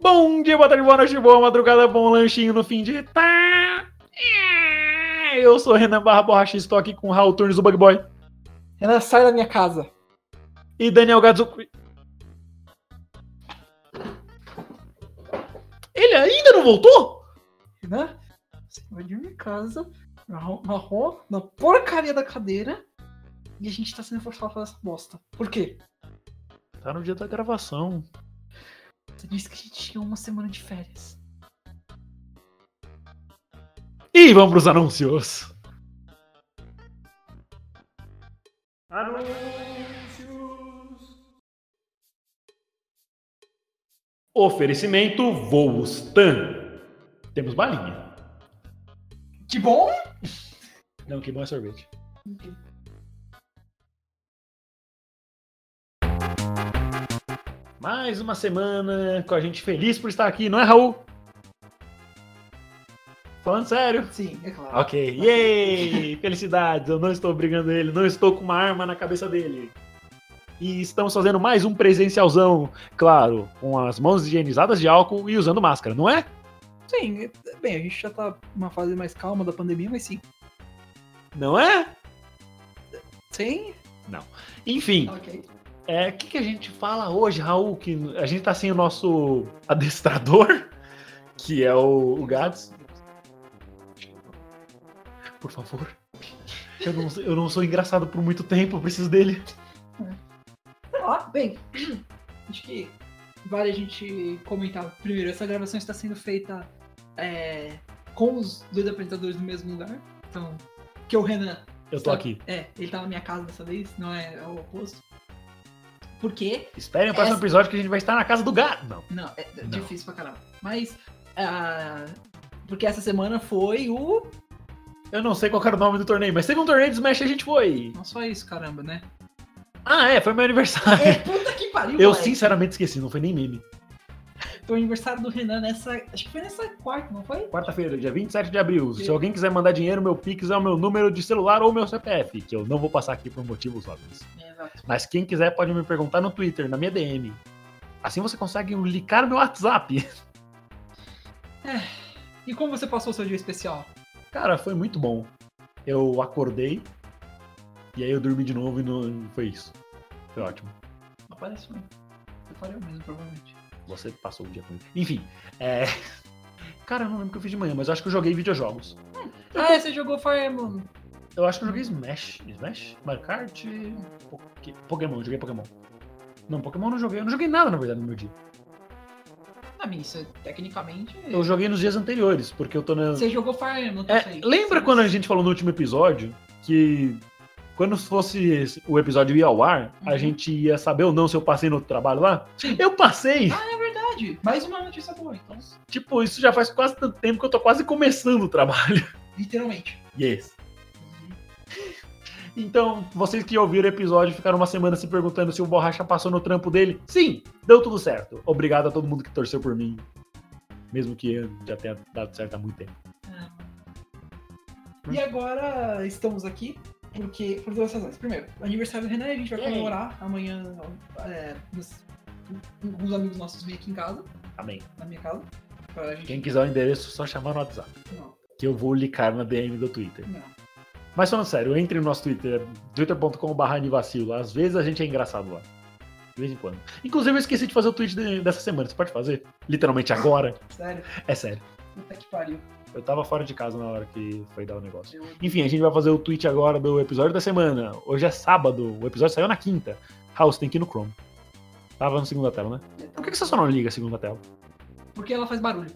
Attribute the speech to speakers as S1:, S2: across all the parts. S1: Bom dia, boa tarde, boa noite, boa madrugada, bom lanchinho no fim de tá. É, Eu sou o Renan Barra Borracha e estou aqui com o Raul Turnes, o Bug Boy,
S2: Renan, sai da minha casa.
S1: e Daniel Gadzo. Ele ainda não voltou?
S2: Renan, você vai de minha casa, na ro- na ro- na porcaria da cadeira, e a gente tá sendo forçado a fazer essa bosta. Por quê?
S1: Tá no dia da gravação.
S2: Você disse que a gente tinha uma semana de férias.
S1: E vamos pros anúncios. Anúncios. Oferecimento Voos TAM. Temos balinha.
S2: Que bom!
S1: Não, que bom é sorvete. Mais uma semana com a gente feliz por estar aqui, não é, Raul? Falando sério.
S2: Sim, é claro.
S1: Ok, yay! Felicidades, eu não estou brigando ele, não estou com uma arma na cabeça dele. E estamos fazendo mais um presencialzão, claro, com as mãos higienizadas de álcool e usando máscara, não é?
S2: Sim, é- bem, a gente já tá numa fase mais calma da pandemia, mas sim.
S1: Não é?
S2: Sim?
S1: Enfim,
S2: Ok.
S1: É, o que, que a gente fala hoje, Raul? Que a gente tá sem o nosso adestrador, que é o, o Gads. Por favor. Eu não, eu não sou engraçado por muito tempo, eu preciso dele.
S2: Ah, bem, acho que vale a gente comentar primeiro. Essa gravação está sendo feita é, com os dois apresentadores no mesmo lugar. Então, que é o Renan
S1: Eu tô aqui.
S2: É, ele tá na minha casa dessa vez, não é, é o oposto. Por quê?
S1: Esperem o próximo episódio que a gente vai estar na casa do Gads. Não.
S2: Não, é é
S1: Não.
S2: difícil pra caramba. Mas, ah, porque essa semana foi o.
S1: Eu não sei qual era o nome do torneio, mas teve um torneio de Smash e a gente foi.
S2: Não só isso, caramba, né?
S1: Ah, é, foi meu aniversário.
S2: puta que pariu,
S1: Eu
S2: moleque.
S1: sinceramente esqueci, não foi nem meme.
S2: Foi o aniversário do Renan nessa. Acho que foi nessa quarta, não foi?
S1: Quarta-feira, dia 27 de abril. Se alguém quiser mandar dinheiro, meu Pix é o meu número de celular ou meu CPF, que eu não vou passar aqui por motivos óbvios.
S2: É, exato.
S1: Mas quem quiser pode me perguntar no Twitter, na minha DM. Assim você consegue licar meu WhatsApp.
S2: E como você passou o seu dia especial?
S1: Cara, foi muito bom. Eu acordei e aí eu dormi de novo e não foi isso. Foi ótimo.
S2: Não parece muito. Eu faria o mesmo, provavelmente.
S1: Você passou o dia comigo. Enfim, é. Cara, eu não lembro o que eu fiz de manhã, mas eu acho que eu joguei videojogos.
S2: Ah, você jogou Fire Emblem.
S1: Eu acho que eu joguei Smash. Smash? Mario Kart? Poké- Pokémon, eu joguei Pokémon. Não, Pokémon eu não joguei. Eu não joguei nada, na verdade, no meu dia.
S2: Ah, mas isso, tecnicamente.
S1: Eu joguei nos dias anteriores, porque eu tô na.
S2: Você jogou Fire Emblem, tá
S1: É,
S2: certo.
S1: lembra quando a gente falou no último episódio que quando fosse esse- o episódio ir ao ar, a
S2: Uhum.
S1: gente ia saber ou não se eu passei no trabalho lá? Eu passei!
S2: Ah, é verdade. Mais uma notícia boa, então.
S1: Tipo, isso já faz quase tanto tempo que eu tô quase começando o trabalho.
S2: Literalmente.
S1: Yes. Então, vocês que ouviram o episódio ficaram uma semana se perguntando se o Borracha passou no trampo dele. Sim, deu tudo certo. Obrigado a todo mundo que torceu por mim. Mesmo que eu já tenha dado certo há muito tempo.
S2: E agora estamos aqui porque por duas razões. Primeiro, aniversário do Renan, a gente vai
S1: Yay.
S2: comemorar amanhã é, nos- com os amigos nossos vêm aqui em casa,
S1: Amém.
S2: na minha casa. Pra gente.
S1: Quem quiser o endereço, só chamar no WhatsApp.
S2: Não,
S1: Que eu vou licar na DM do Twitter.
S2: não.
S1: Mas falando sério, entre no nosso Twitter, twitter.com.br anivacilo. Às vezes a gente é engraçado lá. De vez em quando. Inclusive, eu esqueci de fazer o tweet de- dessa semana. Você pode fazer? Literalmente agora?
S2: Sério,
S1: É sério.
S2: puta que pariu.
S1: Eu tava fora de casa na hora que foi dar o negócio.
S2: Eu-
S1: Enfim, a gente vai fazer o tweet agora do episódio da semana. Hoje é sábado. O episódio saiu na quinta. House tem que ir no Chrome. Tava no segunda tela, né? Por que que você só não liga a segunda tela? É.
S2: Porque ela faz barulho.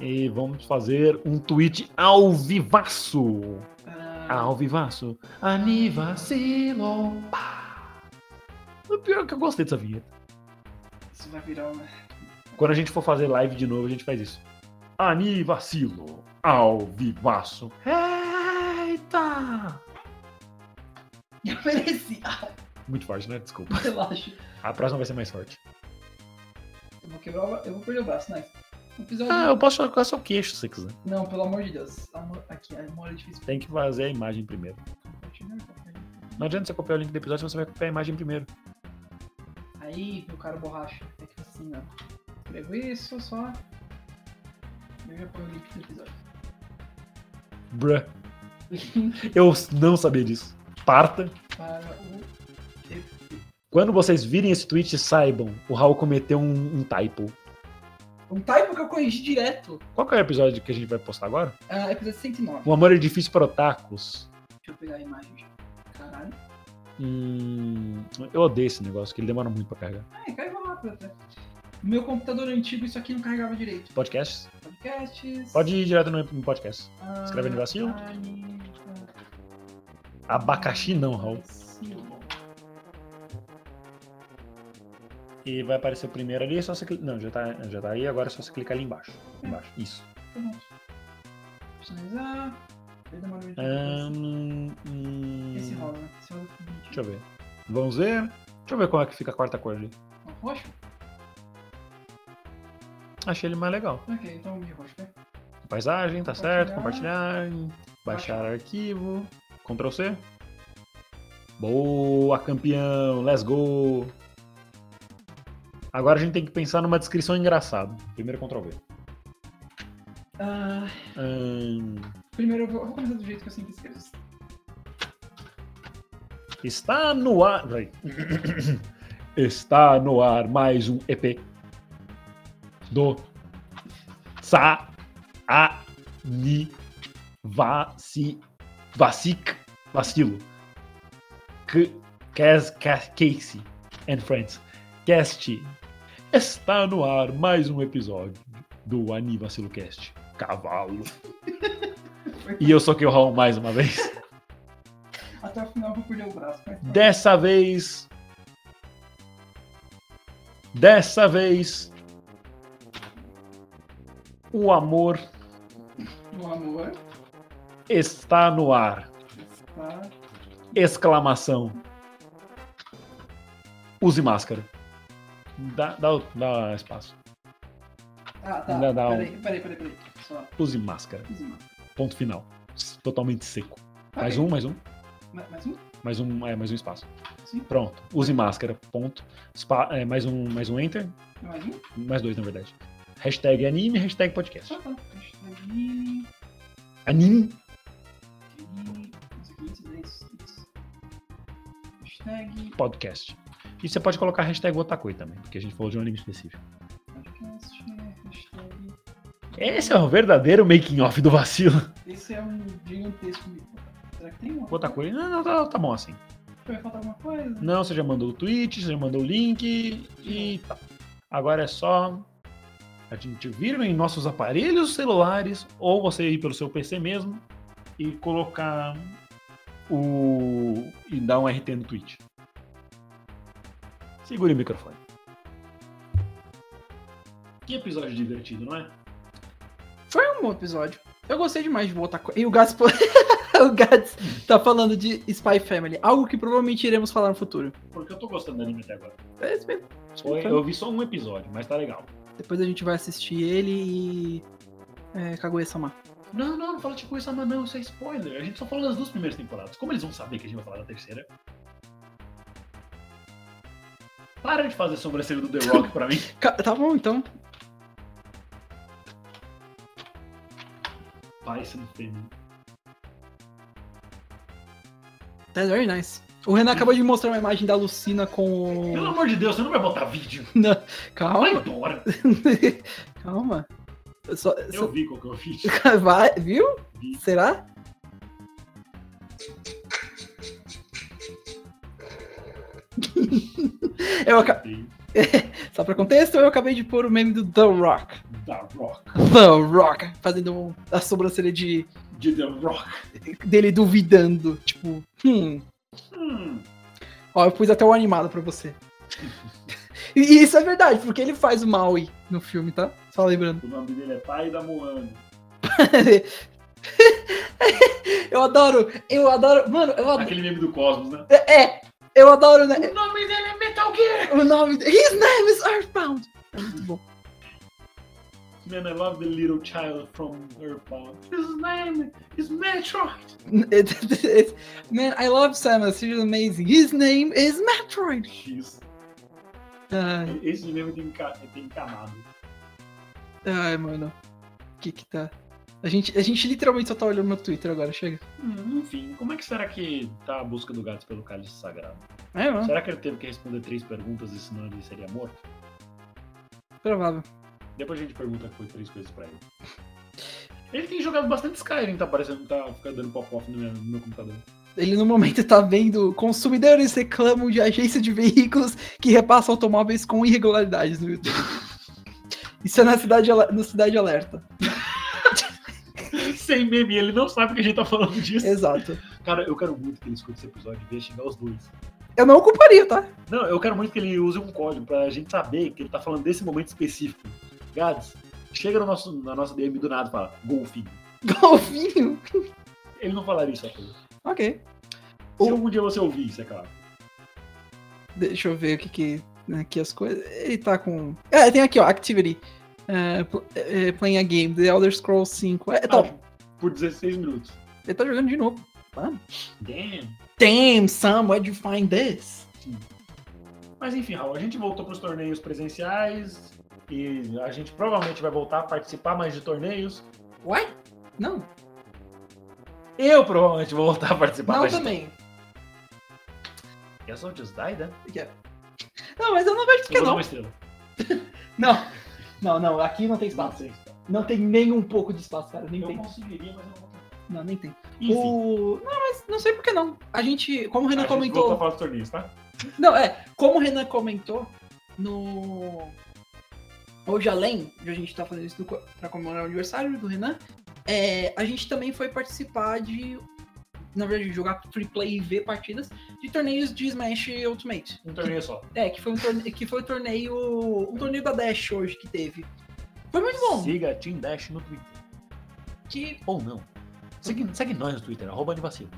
S1: E vamos fazer um tweet ao vivaço.
S2: Ah,
S1: Ao vivaço. Anivacilo. pior é que eu gostei dessa vinheta.
S2: Isso vai virar uma.
S1: Quando a gente for fazer live de novo, a gente faz isso. Ani vacilo, ao vivaço. Eita!
S2: Eu mereci. Ah,
S1: Muito forte, né? Desculpa.
S2: relaxa.
S1: A próxima vai ser mais forte.
S2: Eu vou quebrar o... Eu vou perder o braço, nice. Um Episódio...
S1: Ah, eu posso colocar seu queixo se você quiser.
S2: Não, pelo amor de Deus. A mo- Aqui, a memória é difícil.
S1: Tem que fazer a imagem primeiro.
S2: né?
S1: Não adianta você copiar o link do episódio, você vai copiar a imagem primeiro.
S2: Aí, meu cara borracha. É tipo assim, ó. Escrevo isso só. Eu já ponho o link do episódio.
S1: Bruh. Eu não sabia disso. Parta.
S2: Para o.
S1: Quando vocês virem esse tweet, saibam, o Raul cometeu um, um typo.
S2: Um typo que eu corrigi direto.
S1: Qual que é o episódio que a gente vai postar agora?
S2: Ah, episódio 109.
S1: O amor é difícil para otakus.
S2: Deixa eu pegar a imagem já. Caralho.
S1: Hum, eu odeio esse negócio, que ele demora muito pra carregar.
S2: Ah, carregou rápido até. Meu computador antigo, isso aqui não carregava direito.
S1: Podcasts?
S2: Podcasts.
S1: Pode ir direto no no podcast.
S2: ah,
S1: escreve no vacilo.
S2: Anitta.
S1: Abacaxi não, Raul.
S2: Vacilo.
S1: E vai aparecer o primeiro ali, é só você clicar. Não, já tá, já tá aí, agora é só você clicar ali embaixo. Embaixo. Isso.
S2: Pronto. Personalizar. Ele demora muito tempo.
S1: Ahn, hum,
S2: Esse rosa. Esse rosa foi
S1: Deixa
S2: bonitinho.
S1: eu ver. Vamos ver. Deixa eu ver como é que fica a quarta cor ali.
S2: Ó, Roxo?
S1: Achei ele mais legal.
S2: Ok, então de roxo, né?
S1: Paisagem, tá certo. Compartilhar. Baixar
S2: Baixar.
S1: arquivo. Ctrl C. Boa, campeão. Let's go. Agora a gente tem que pensar numa descrição engraçada. Primeiro Ctrl V.
S2: Ah,
S1: Ahn,
S2: primeiro eu vou, eu vou começar do jeito que eu sempre escrevo.
S1: está no ar. Peraí. Está no ar mais um EP do Sa A Ni Vaci Vacic Vacilo C- Cas Cas- Casey and Friends Cast Está no ar mais um episódio do Ani Vacilo Cast Cavalo E eu só que o Raul mais uma vez
S2: Até o final eu vou perder o braço. Mas...
S1: Dessa vez. Dessa vez. O amor
S2: O amor
S1: está no ar!
S2: está.
S1: Exclamação. Use máscara. Dá, dá, o- dá espaço.
S2: Ah, tá.
S1: Ainda dá um.
S2: Peraí, peraí, peraí, peraí. Só.
S1: Use máscara.
S2: fiz uma.
S1: Ponto final. Totalmente seco. Mais
S2: Ok.
S1: um, mais um.
S2: Ma- Mais um?
S1: Mais um, é, mais um espaço.
S2: Sim.
S1: Pronto. Use máscara. Ponto. Espa- é, mais um, mais um enter.
S2: Mais um?
S1: Mais dois, na verdade. Hashtag anime, hashtag podcast.
S2: Só tá. Hashtag anime.
S1: Anime.
S2: Não sei o que isso, né? Isso, isso. Hashtag
S1: podcast. E você pode colocar a hashtag Otakoi também, porque a gente falou de um anime específico.
S2: podcast. Hashtag.
S1: Esse é o verdadeiro making-off do vacilo.
S2: Esse é um gigantesco. Será que tem um?
S1: Otakoi, não, não, tá, tá bom assim.
S2: Vai faltar alguma coisa?
S1: Não, você já mandou o tweet, você já mandou o link e tá. Agora é só a gente vir em nossos aparelhos celulares ou você ir pelo seu PC mesmo e colocar o... e dar um RT no tweet. Segure o microfone. Que episódio divertido, não é?
S2: Foi um bom episódio. Eu gostei demais de voltar com. E o Gats. o Gats tá falando de Spy Family, algo que provavelmente iremos falar no futuro.
S1: Porque eu tô gostando do anime até agora.
S2: É isso mesmo.
S1: Foi- eu vi só um episódio, mas tá legal.
S2: Depois a gente vai assistir ele e. É, Kaguya-sama.
S1: Não, não, não fala tipo isso, mas não, isso é spoiler. A gente só falou das duas primeiras temporadas. Como eles vão saber que a gente vai falar da terceira? Para de fazer sobrancelha do The Rock pra mim.
S2: Ca- Tá bom, então.
S1: Pai, você não tem.
S2: That's very nice. O Renan acabou de mostrar uma imagem da Lucina com
S1: Pelo
S2: o.
S1: amor de Deus, você não vai botar vídeo. Vai
S2: Calma.
S1: embora.
S2: Calma. Eu só-
S1: Eu vi qual que é o vídeo.
S2: só- Vai, viu?
S1: Vi.
S2: Será? Eu aca-
S1: Tem
S2: Só pra contexto, eu acabei de pôr o meme do The Rock.
S1: The Rock.
S2: The Rock. Fazendo um- a sobrancelha de,
S1: De The Rock.
S2: dele duvidando. Tipo, hum.
S1: Hum.
S2: Ó, eu pus até o animado pra você. E isso é verdade, porque ele faz o Maui no filme, tá? Só lembrando.
S1: O nome dele é Pai da Moana.
S2: eu adoro, eu adoro, mano, eu adoro.
S1: Aquele meme do Cosmos, né?
S2: É, eu adoro, né?
S1: O nome dele é Metal Gear!
S2: O nome. His name is Earthbound! É muito bom.
S1: Man, I love the little child from Earthbound. His name is Metroid!
S2: Man, I love Samus, she's amazing. His name is Metroid! Ah,
S1: X.
S2: Ai,
S1: Esse meme tem, ca- tem camada.
S2: ai, mano. O que que tá? A gente, a gente literalmente só tá olhando no Twitter agora, chega.
S1: Hum, Enfim, como é que será que tá a busca do gato pelo cálice sagrado?
S2: É, mano.
S1: Será que ele teve que responder três perguntas e senão ele seria morto?
S2: Provável.
S1: Depois a gente pergunta que foi três coisas pra ele. Ele tem jogado bastante Skyrim, tá parecendo, tá ficando dando pop-off no meu, no meu computador.
S2: Ele no momento tá vendo consumidores reclamam de agência de veículos que repassa automóveis com irregularidades no YouTube. Isso é na cidade, Ale- no Cidade Alerta.
S1: Sem meme, ele não sabe que a gente tá falando disso.
S2: Exato.
S1: Cara, eu quero muito que ele escute esse episódio e veja xingar os dois.
S2: Eu não culparia, tá?
S1: Não, eu quero muito que ele use um código pra gente saber que ele tá falando desse momento específico. Gads, chega no nosso, na nossa DM do nada e fala, golfinho.
S2: Golfinho.
S1: Ele não falaria isso aqui. Se
S2: Ok. Ou-
S1: algum dia você ouvir isso, é claro.
S2: Deixa eu ver o que que... né, Aqui as coisas... Ele tá com... É, tem aqui, ó. Activity. É, pl- é, playing a game. The Elder Scrolls 5. É, top.
S1: Ah, por 16 minutos.
S2: Ele tá jogando de novo. Mano.
S1: Damn.
S2: Damn, Sam, where'd you find this?
S1: Mas enfim, Raul, a gente voltou para os torneios presenciais e a gente provavelmente vai voltar a participar mais de torneios.
S2: What? Não.
S1: Eu provavelmente vou voltar a participar
S2: Não
S1: mais de
S2: também.
S1: torneios. Eu just died, né?
S2: Não, mas eu não vejo por que
S1: Eu vou dar
S2: não.
S1: uma estrela.
S2: Não. Não, não, aqui não tem espaço. Não tem nem um pouco de espaço, cara. Nem
S1: Eu
S2: tem.
S1: conseguiria, mas eu não vou.
S2: Não, nem tem.
S1: Enfim,
S2: O... Não, mas não sei por que não. A gente, como o
S1: a
S2: Renan
S1: gente voltou a
S2: comentou.
S1: falar dos torneios, tá?
S2: Não, é. Como o Renan comentou no. Hoje além de a gente estar fazendo isso no co- pra comemorar o aniversário do Renan, é, a gente também foi participar de. Na verdade, jogar free play e ver partidas de torneios de Smash Ultimate.
S1: Um torneio só.
S2: É, que foi um torneio, que foi um torneio, um torneio da Dash hoje que teve. Foi muito bom.
S1: Siga a Team Dash no Twitter.
S2: Que,
S1: Ou não. Segue, segue nós no Twitter, arroba Anivacilo.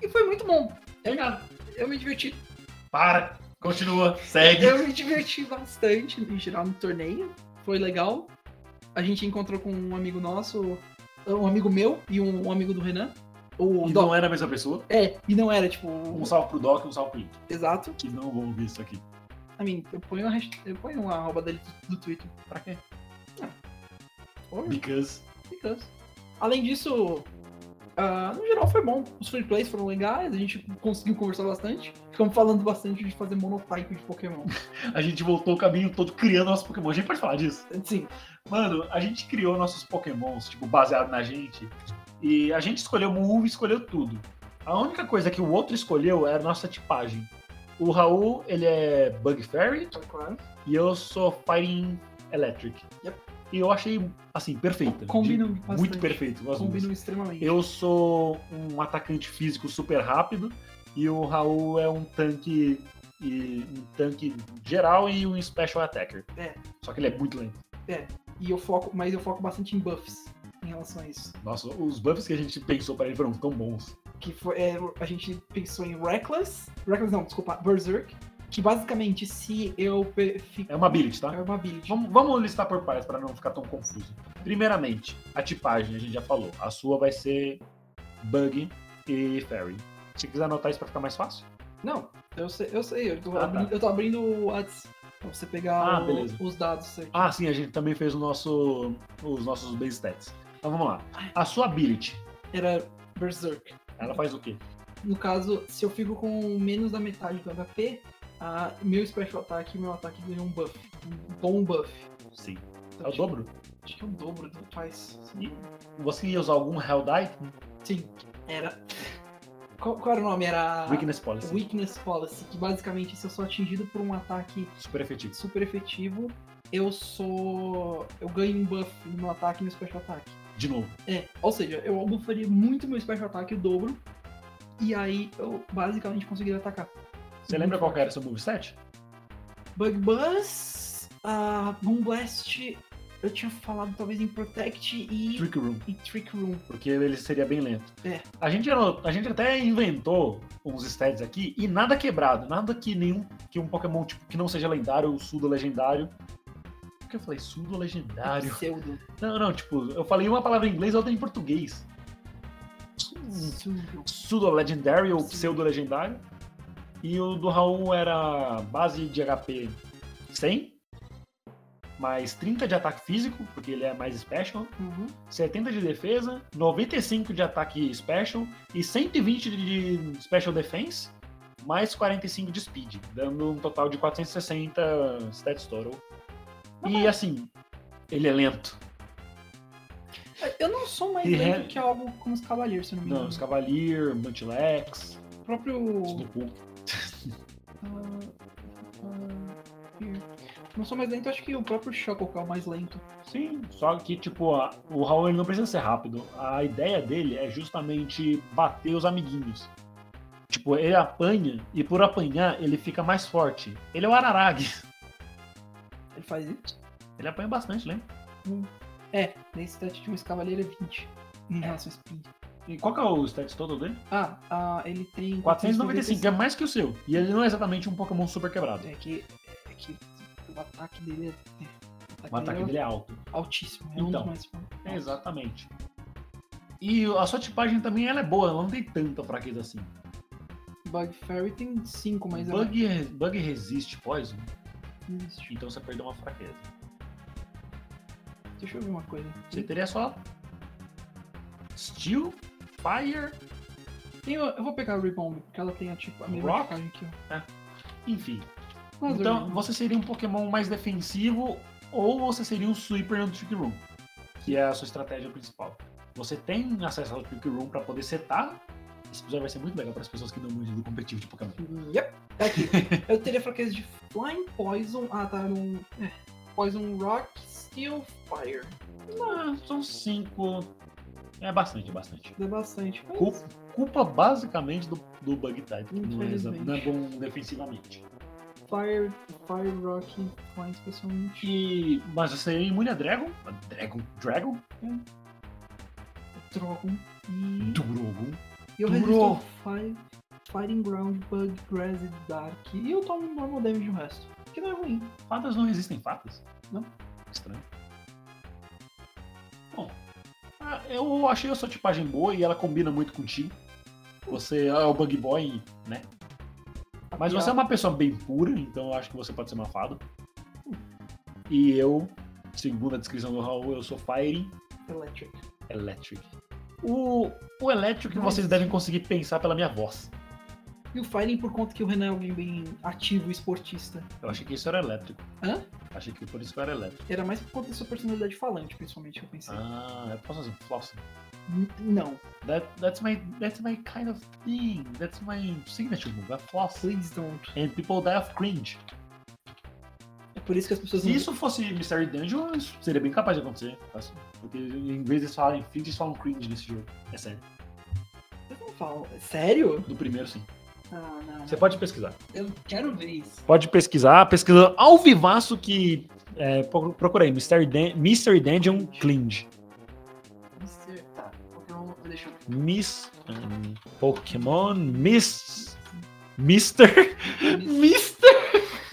S2: que foi muito bom.
S1: Obrigado.
S2: Eu me diverti.
S1: Para. Continua. Segue.
S2: Eu me diverti bastante em geral no torneio. Foi legal. A gente encontrou com um amigo nosso, um amigo meu e um amigo do Renan. O
S1: E
S2: Doc.
S1: não era a mesma pessoa.
S2: É, e não era, tipo,
S1: Um salve pro Doc e um salve pro Link,
S2: exato.
S1: que não vão ouvir isso aqui.
S2: A mim, eu ponho, a hasht- eu ponho a arroba dele do, do Twitter. Ah,
S1: Pra quê?
S2: Ou-
S1: Because.
S2: Because. Então, Além disso, ah, no geral foi bom. Os free plays foram legais, a gente conseguiu conversar bastante. Ficamos falando bastante de fazer monotype de Pokémon.
S1: A gente voltou o caminho todo criando nossos Pokémon. A gente pode falar disso.
S2: Sim,
S1: Mano, a gente criou nossos Pokémons, tipo, baseado na gente. E a gente escolheu o Uve escolheu tudo. A única coisa que o outro escolheu era a nossa tipagem. O Raul, ele é Bug Fairy
S2: tá claro.
S1: e eu sou Fighting Electric.
S2: Yep.
S1: E eu achei, assim, perfeita.
S2: Combinam
S1: De-
S2: bastante.
S1: Muito perfeito. as duas.
S2: Combinam extremamente.
S1: Eu sou um atacante físico super rápido e o Raul é um tanque e um tanque geral e um special attacker.
S2: É.
S1: Só que ele é muito lento.
S2: E eu foco, mas eu foco bastante em buffs em relação a isso.
S1: Nossa, os buffs que a gente pensou pra ele foram tão bons.
S2: Que foi, é, a gente pensou em Reckless. Reckless não, desculpa, Berserk. Que basicamente se eu pe- fico.
S1: É uma build, tá?
S2: É uma build.
S1: Vamos, vamos listar por partes para não ficar tão confuso. Primeiramente, a tipagem, a gente já falou. A sua vai ser Bug e Fairy. Se quiser anotar isso pra ficar mais fácil.
S2: Não, eu sei, eu sei, eu tô,
S1: Ah, tá.
S2: abrindo, eu tô abrindo o Whats pra você pegar
S1: Ah,
S2: o-
S1: beleza.
S2: os dados certo.
S1: Ah, sim, a gente também fez o nosso, os nossos base stats. Então vamos lá. A sua ability,
S2: Era Berserk.
S1: ela faz o quê?
S2: No caso, se eu fico com menos da metade do HP, a- meu special attack e meu ataque ganham um buff. Um bom buff.
S1: Sim.
S2: Então,
S1: É o
S2: acho-
S1: dobro?
S2: Acho que é o dobro do faz.
S1: Ih. Você ia usar algum Hell Item?
S2: Sim, era. Qual, qual era o nome? Era.
S1: Weakness Policy.
S2: Weakness Policy, que basicamente se eu sou atingido por um ataque
S1: Super efetivo.
S2: super efetivo, eu sou. Eu ganho um buff no meu ataque e no special attack.
S1: De novo.
S2: É, ou seja, eu bufaria muito meu special attack, o dobro, e aí eu basicamente conseguiria atacar.
S1: Você lembra qual que era o seu moveset?
S2: Bug Buzz, ah, Boom Blast, eu tinha falado talvez em Protect e,
S1: Trick Room.
S2: e Trick Room.
S1: Porque ele seria bem lento.
S2: É.
S1: A gente, ano- a gente até inventou uns stats aqui e nada quebrado. Nada que nenhum. Que um Pokémon tipo, que não seja lendário ou sudo legendário. Por que eu falei sudo legendário?
S2: Pseudo.
S1: Não, não, tipo, eu falei uma palavra em inglês e outra em português.
S2: Pseudo.
S1: Pseudo Legendary ou
S2: Sim.
S1: Pseudo Legendário. E o do Raul era base de HP 100, mais 30 de ataque físico, porque ele é mais special,
S2: Uhum.
S1: 70 de defesa, 95 de ataque special e 120 de de special defense, mais 45 de speed, dando um total de 460 stats total. E assim, ele é lento.
S2: É, Eu não sou mais
S1: E
S2: lento
S1: re-
S2: que algo como os Cavaleiros, se eu não me engano.
S1: Não, os Cavalier, Mantilex,
S2: Uhum. O próprio.
S1: Slowpoke.
S2: ah, ah, não sou mais lento, acho que o próprio Shuckle que é o mais lento.
S1: Sim, só que, tipo, a- o Raul ele não precisa ser rápido. A ideia dele é justamente bater os amiguinhos. Tipo, ele apanha e por apanhar ele fica mais forte. Ele é o Ararag.
S2: Ele faz isso.
S1: Ele apanha bastante, lembra?
S2: É, nesse stat de um Cavaleiro é 20. Em
S1: É.
S2: relação a sprint.
S1: E qual que é o status total dele?
S2: Ah, ah, ele tem.
S1: 495, que é mais que o seu. E ele não é exatamente um Pokémon super quebrado.
S2: É que, é que o ataque dele é. é,
S1: O ataque dele é alto.
S2: altíssimo. É um
S1: Então.
S2: dos mais fortes.
S1: É, exatamente. E a sua tipagem também ela é boa, ela não tem tanta fraqueza assim.
S2: Bug Fairy tem 5, mas ela é
S1: Bug, re- bug resiste poison,
S2: não existe.
S1: então você perdeu uma fraqueza.
S2: Deixa eu ver uma coisa.
S1: Você teria só Steel, Fire,
S2: Tem- eu, eu vou pegar a Ribomb, porque ela tem a, tipo, a mesma
S1: Rock?
S2: tipagem que eu.
S1: enfim.
S2: Mas
S1: Então
S2: eu-
S1: você seria um Pokémon mais defensivo ou você seria um Sweeper no Trick Room, que é a sua estratégia principal. Você tem acesso ao Trick Room para poder setar. Esse episódio vai ser muito legal para as pessoas que não manjam do competitivo de Pokémon.
S2: Yep, tá aqui. eu teria fraqueza de Flying Poison. Ah, tá. Num, é. Poison Rock, Steel, Fire.
S1: Ah, são cinco. É bastante, bastante.
S2: Dá bastante. Mas,
S1: Cu- Culpa basicamente do, do Bug Type, que não é, exa-
S2: Infelizmente.
S1: não é bom defensivamente.
S2: Fire, Fire Rock, Flying especialmente.
S1: E, mas você seria imune a Dragon? A Dragon? Dragon?
S2: Drogon. E.
S1: Durogon?
S2: E eu resisto
S1: Durou.
S2: ao fi- Fighting Ground, Bug, Grass e Dark. E eu tomo normal damage o resto. Que não é ruim.
S1: Fadas não resistem fadas?
S2: Não.
S1: Estranho. Bom, ah, eu achei a sua tipagem boa e ela combina muito contigo. Você é o Bug Boy, né? Mas você é uma pessoa bem pura, então eu acho que você pode ser uma fada. E eu, segundo a descrição do Raul, eu sou Fire
S2: Electric.
S1: Electric. O, o Electric
S2: Mas-
S1: vocês devem conseguir pensar pela minha voz.
S2: E o Fighting por conta que o Renan é alguém bem ativo e esportista.
S1: Eu achei que isso era elétrico.
S2: Hã?
S1: Achei que por isso que eu era elétrico.
S2: Era mais por conta da sua personalidade falante, principalmente, eu pensei.
S1: Ah, eu posso fazer um floss?
S2: N- Não,
S1: That, that's my that's my kind of thing. That's my signature move. É floss.
S2: please don't.
S1: And people die of cringe.
S2: É por isso que as pessoas
S1: Se isso fosse Mystery Dungeon, isso seria bem capaz de acontecer. fácil. Porque em vez de falarem cringe, eles falam um cringe nesse jogo. É sério.
S2: não, Vocês não falam. É Sério?
S1: Do primeiro, sim.
S2: Ah, não.
S1: Você pode pesquisar.
S2: Eu quero ver isso.
S1: Pode pesquisar. Pesquisa ao vivaço que... É, pro- procura aí. Mystery, Dun- Mystery Dungeon cringe.
S2: Mister- Tá, Pokémon, deixa eu
S1: Miss... hum, Pokémon... Miss... Mister... Mister!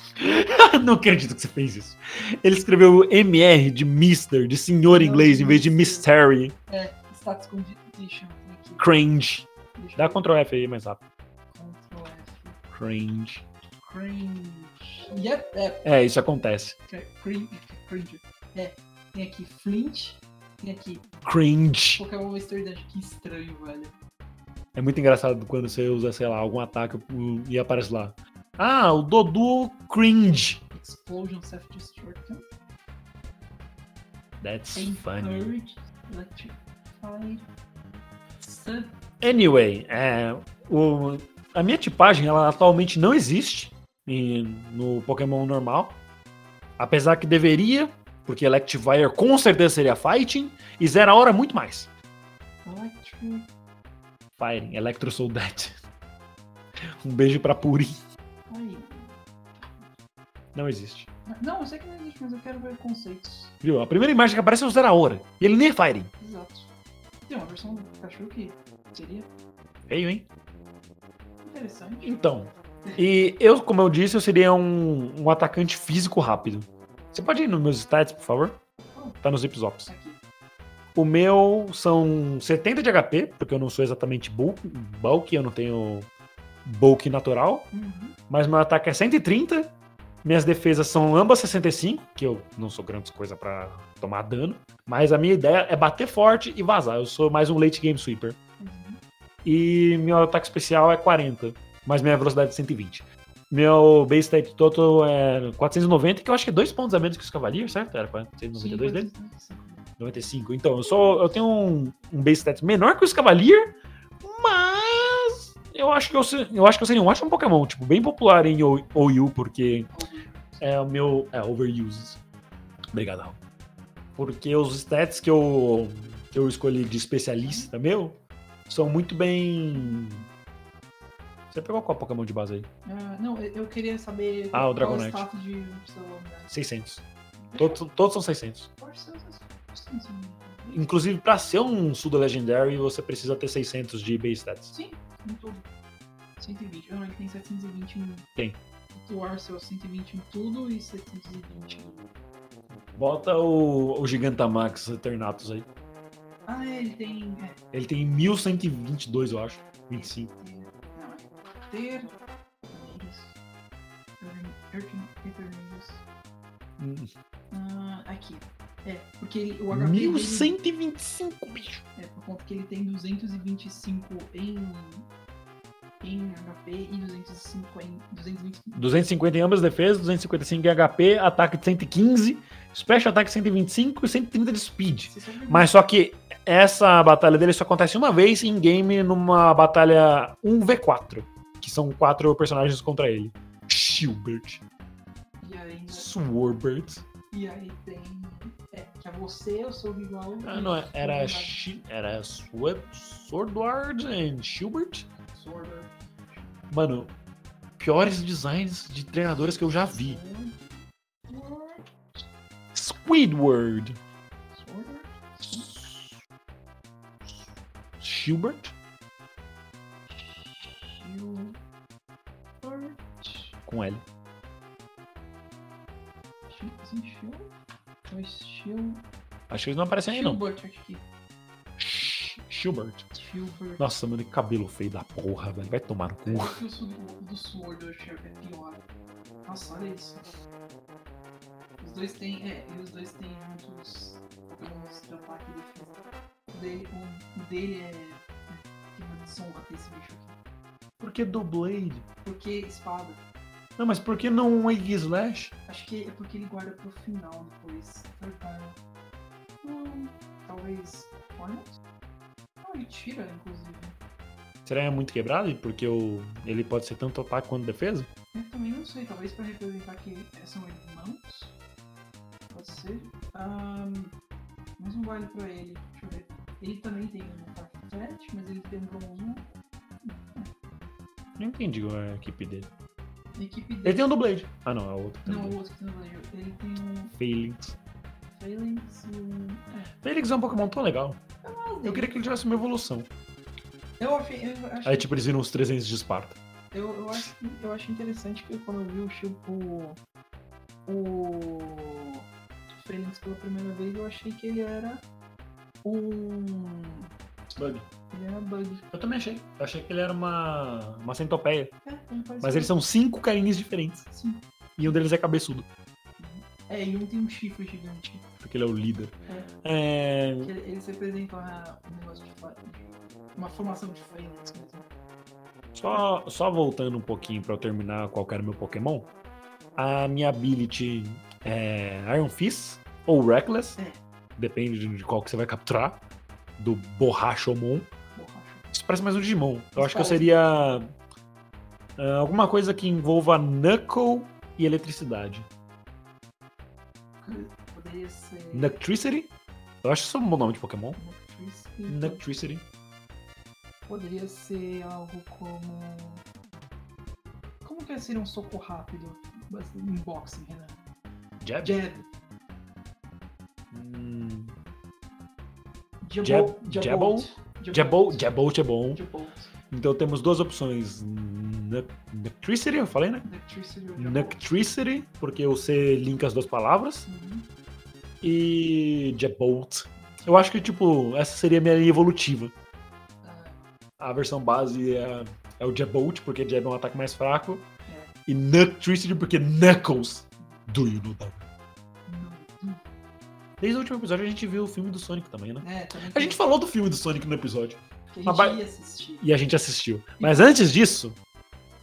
S1: Não acredito que você fez isso. Ele escreveu MR de Mister, de senhor inglês, em vez de Mystery.
S2: É, status escondido. Deixa eu ver aqui.
S1: Cringe.
S2: Deixa
S1: Dá
S2: eu ver.
S1: Ctrl F aí mais rápido.
S2: Ctrl F.
S1: Cringe.
S2: Cringe. Yep, é,
S1: É, isso acontece.
S2: Cri- crin- Cringe. É, tem aqui Flint, tem aqui
S1: Cringe.
S2: Pokémon Mystery Dungeon. Que estranho, velho.
S1: É muito engraçado quando você usa, sei lá, algum ataque uh, e aparece lá. Ah, o Dodu Cringe.
S2: Explosion Self-Destruction.
S1: That's
S2: Então,
S1: funny.
S2: Encourage, Electrify, Sun.
S1: Anyway, é, o- a minha tipagem ela atualmente não existe em- no Pokémon normal. Apesar que deveria, porque Electivire com certeza seria Fighting, e Zera Hora muito mais.
S2: Electro.
S1: Fighting, Electro Soldat. Um beijo pra Puri.
S2: Ai.
S1: Não existe.
S2: Não, eu sei que não existe, mas eu quero ver conceitos.
S1: Viu? A primeira imagem que aparece é o Zeraora. E ele nem é Firing.
S2: Exato. Tem uma versão do Pikachu que seria
S1: Veio, hein?
S2: interessante.
S1: Então. E eu, como eu disse, eu seria um, um atacante físico rápido. Você pode ir nos meus stats, por favor? Tá nos Ipsops.
S2: Aqui.
S1: O meu são 70 de HP, porque eu não sou exatamente bulk, bulk eu não tenho bulk natural.
S2: Uhum.
S1: Mas meu ataque é 130. Minhas defesas são ambas 65, que eu não sou grande coisa pra tomar dano. Mas a minha ideia é bater forte e vazar. Eu sou mais um late game sweeper.
S2: Uhum.
S1: E meu ataque especial é 40, mas minha velocidade é 120. Meu base type total é 490, que eu acho que é dois pontos a menos que os cavaleiros, certo? Era 492 dele? 95. Então, eu sou. Eu tenho um, um base stats menor que os Cavalier, mas eu acho que eu, se- eu acho que eu seria um ótimo Pokémon, tipo, bem popular em O- OU, porque é o meu. É, overuses. Obrigado, Raul. Porque os stats que eu, que eu escolhi de especialista meu são muito bem. Você pegou qual Pokémon de base aí?
S2: Ah, não, eu eu queria saber
S1: Ah, o
S2: qual
S1: Dragonite.
S2: status de seu lugar.
S1: 600. Todos, todos são 600.
S2: Pode ser, pode ser, pode ser, sim.
S1: Inclusive, pra ser um Suda Legendary, você precisa ter 600 de base stats.
S2: Sim, em tudo. 120. Ah, ele tem 720 em.
S1: Tem.
S2: um. O Arcel 120 em tudo e 720 em.
S1: Bota o, o Gigantamax Eternatus aí.
S2: Ah, é, ele tem. É,
S1: Ele tem 1122, eu acho. 25.
S2: tem- Não, é. Ter. Torneiros. Torne- Torne- Torneiros.
S1: Hum,
S2: Ah, aqui. É, porque ele- o HP. dele-
S1: 1125, bicho.
S2: É, por conta que ele tem 225 em. Em HP e 205 em. 225.
S1: 250 em ambas as defesas, 255 em HP, ataque de 115, special ataque 125 e 130 de speed.
S2: Você sabe-
S1: Mas só que essa batalha dele só acontece uma vez em game numa batalha 1v4, que são quatro personagens contra ele. Shilbert,
S2: E ainda.
S1: Swarbert.
S2: E aí tem. É, que é você, eu sou igual.
S1: Ah, não, era, Shi- era Swa- Swordward and Shilbert? Mano, piores designs de treinadores que eu já vi. Squidward. Schubert. Com L. Acho que eles não aparecem aí, não.
S2: Gilbert aqui.
S1: Sh- Schubert.
S2: Gilbert.
S1: Nossa, mano, que cabelo feio da porra, velho. Vai tomar no cu.
S2: Eu sou do, do Sword, eu achei que é pior. Nossa, olha isso. Os dois têm. É, e os dois têm muitos Pokémons de ataque e defesa. O dele, o, o dele é. é, Que maldição bater esse bicho aqui.
S1: Por que do Blade?
S2: Por que espada?
S1: Não, mas por que não um Egg Slash?
S2: Acho que é porque ele guarda pro final depois. Prepara. Hum, talvez. Hornet? Oh, ele tira, inclusive.
S1: Será que é muito quebrado? Porque o... ele pode ser tanto ataque quanto defesa?
S2: Eu também não sei, talvez pra representar que são irmãos. Pode ser. Ahn, mas não vale pra ele. Deixa eu ver. Ele também tem um ataque threat, mas ele tem um bronze um.
S1: Não entendi é a equipe dele.
S2: A equipe
S1: Ele
S2: dele.
S1: tem um do Blade. Ah, não, é o outro.
S2: Não,
S1: também.
S2: o outro que não valeu. Ele tem um
S1: Felix.
S2: Phalanx e um. É,
S1: Felix é um Pokémon tão legal.
S2: mas
S1: Eu queria que ele tivesse uma evolução.
S2: eu achei. Eu acho,
S1: Aí, tipo, eles viram os 300 de Esparta.
S2: eu, eu acho, eu acho interessante que quando eu vi o tipo. O. Phalanx pela primeira vez, eu achei que ele era. Um.
S1: Bug.
S2: Ele era bug.
S1: Eu também achei. Eu achei que ele era uma, uma centopeia.
S2: É, ele parece
S1: Mas
S2: um-
S1: eles são cinco carinhas diferentes.
S2: Sim.
S1: E um deles é cabeçudo,
S2: É, e um tem um chifre gigante.
S1: porque ele é o líder. É,
S2: Que ele- eles representam a- um negócio de fa- uma formação de né? Phalanx mesmo.
S1: Só, só voltando um pouquinho pra eu terminar qual que era o meu Pokémon. A minha ability é Iron Fist ou Reckless.
S2: É.
S1: Depende de- de qual que você vai capturar. Do Borrachomon.
S2: Borracha.
S1: Isso parece mais um Digimon. Eu
S2: Isso
S1: acho que eu
S2: parece.
S1: seria. ah, alguma coisa que envolva Knuckle e eletricidade.
S2: Poderia ser.
S1: Nuctricity? Eu acho isso um bom nome de Pokémon.
S2: Noctris.
S1: Nuctricity.
S2: Poderia ser algo como. Como que é ser um soco rápido? base- um boxing, Renan.
S1: Jab?
S2: Jab.
S1: Hum,
S2: Jab.
S1: Jab-
S2: Jabolt.
S1: Jabbolt, Jabbolt é bom.
S2: Jabolt.
S1: Então temos duas opções. Nu- Nuctricity, eu falei, né?
S2: Electricity ou Jabolt.
S1: Nuctricity, porque você linka as duas palavras.
S2: Uhum.
S1: E Jabbolt. Eu acho que, tipo, essa seria a minha linha evolutiva.
S2: Ah,
S1: A versão base é, é o Jabbolt, porque Jab é um ataque mais fraco.
S2: É.
S1: E Nuctricity, porque Knuckles. Do you know that?
S2: não.
S1: Desde o último episódio a gente viu o filme do Sonic também, né?
S2: É, também
S1: A
S2: tem
S1: gente falou do filme do Sonic no episódio.
S2: que a
S1: mas
S2: gente
S1: ba-
S2: ia assistir.
S1: E a gente assistiu. Mas antes disso,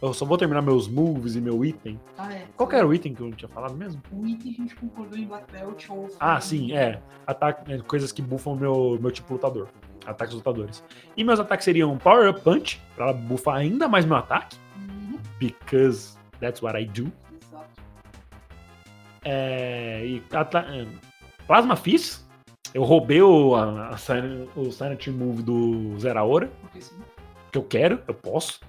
S1: eu só vou terminar meus moves e meu item.
S2: Ah, é.
S1: Qual que era o item que eu tinha falado mesmo?
S2: O item que a gente concordou em Black Belt ou...
S1: Ah, sim, é. Ataque, é, coisas que bufam meu, meu tipo lutador. Ataques lutadores. E meus ataques seriam Power Up Punch, pra bufar ainda mais meu ataque.
S2: Uhum,
S1: Because that's what I do.
S2: Exato.
S1: É, e ata- é, Plasma Fist. Eu roubei o, a, a Silent- o Silent Move do Zeraora.
S2: Porque sim.
S1: que eu quero, eu posso.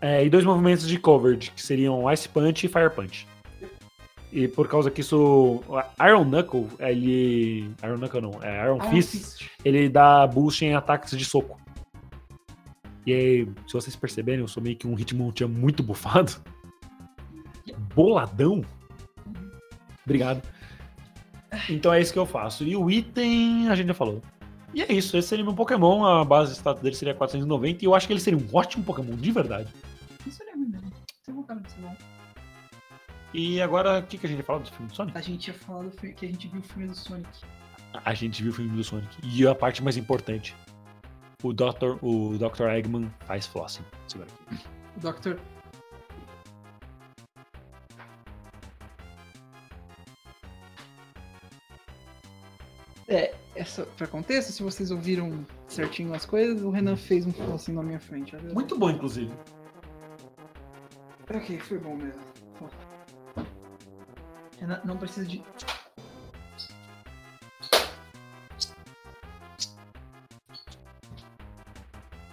S1: É, e dois movimentos de coverage, que seriam Ice Punch e Fire Punch. E por causa que isso. Iron Knuckle, ele. Iron Knuckle não, é Iron,
S2: Ah,
S1: Fist,
S2: Fist.
S1: ele dá boost em ataques de soco. E aí, se vocês perceberem, eu sou meio que um Hitmonchan muito bufado. Boladão. Obrigado. Então é isso que eu faço. E o item, a gente já falou. E é isso, esse seria meu Pokémon, a base de status dele seria 490, e eu acho que ele seria um ótimo Pokémon, de verdade.
S2: Isso não é ruim mesmo. Tem um cara disso bom.
S1: E agora, o que, que a gente fala do filme do Sonic?
S2: A gente ia falar do filme que a gente viu o filme do Sonic.
S1: A gente viu o filme do Sonic. E a parte mais importante. O Dr. O Dr. Eggman faz flossing. Segura aqui.
S2: O Dr. É, é só pra contexto, se vocês ouviram certinho as coisas, o Renan fez um assim na minha frente. olha.
S1: Muito bom, inclusive.
S2: Ok, foi bom mesmo. Ó. Renan, não precisa de.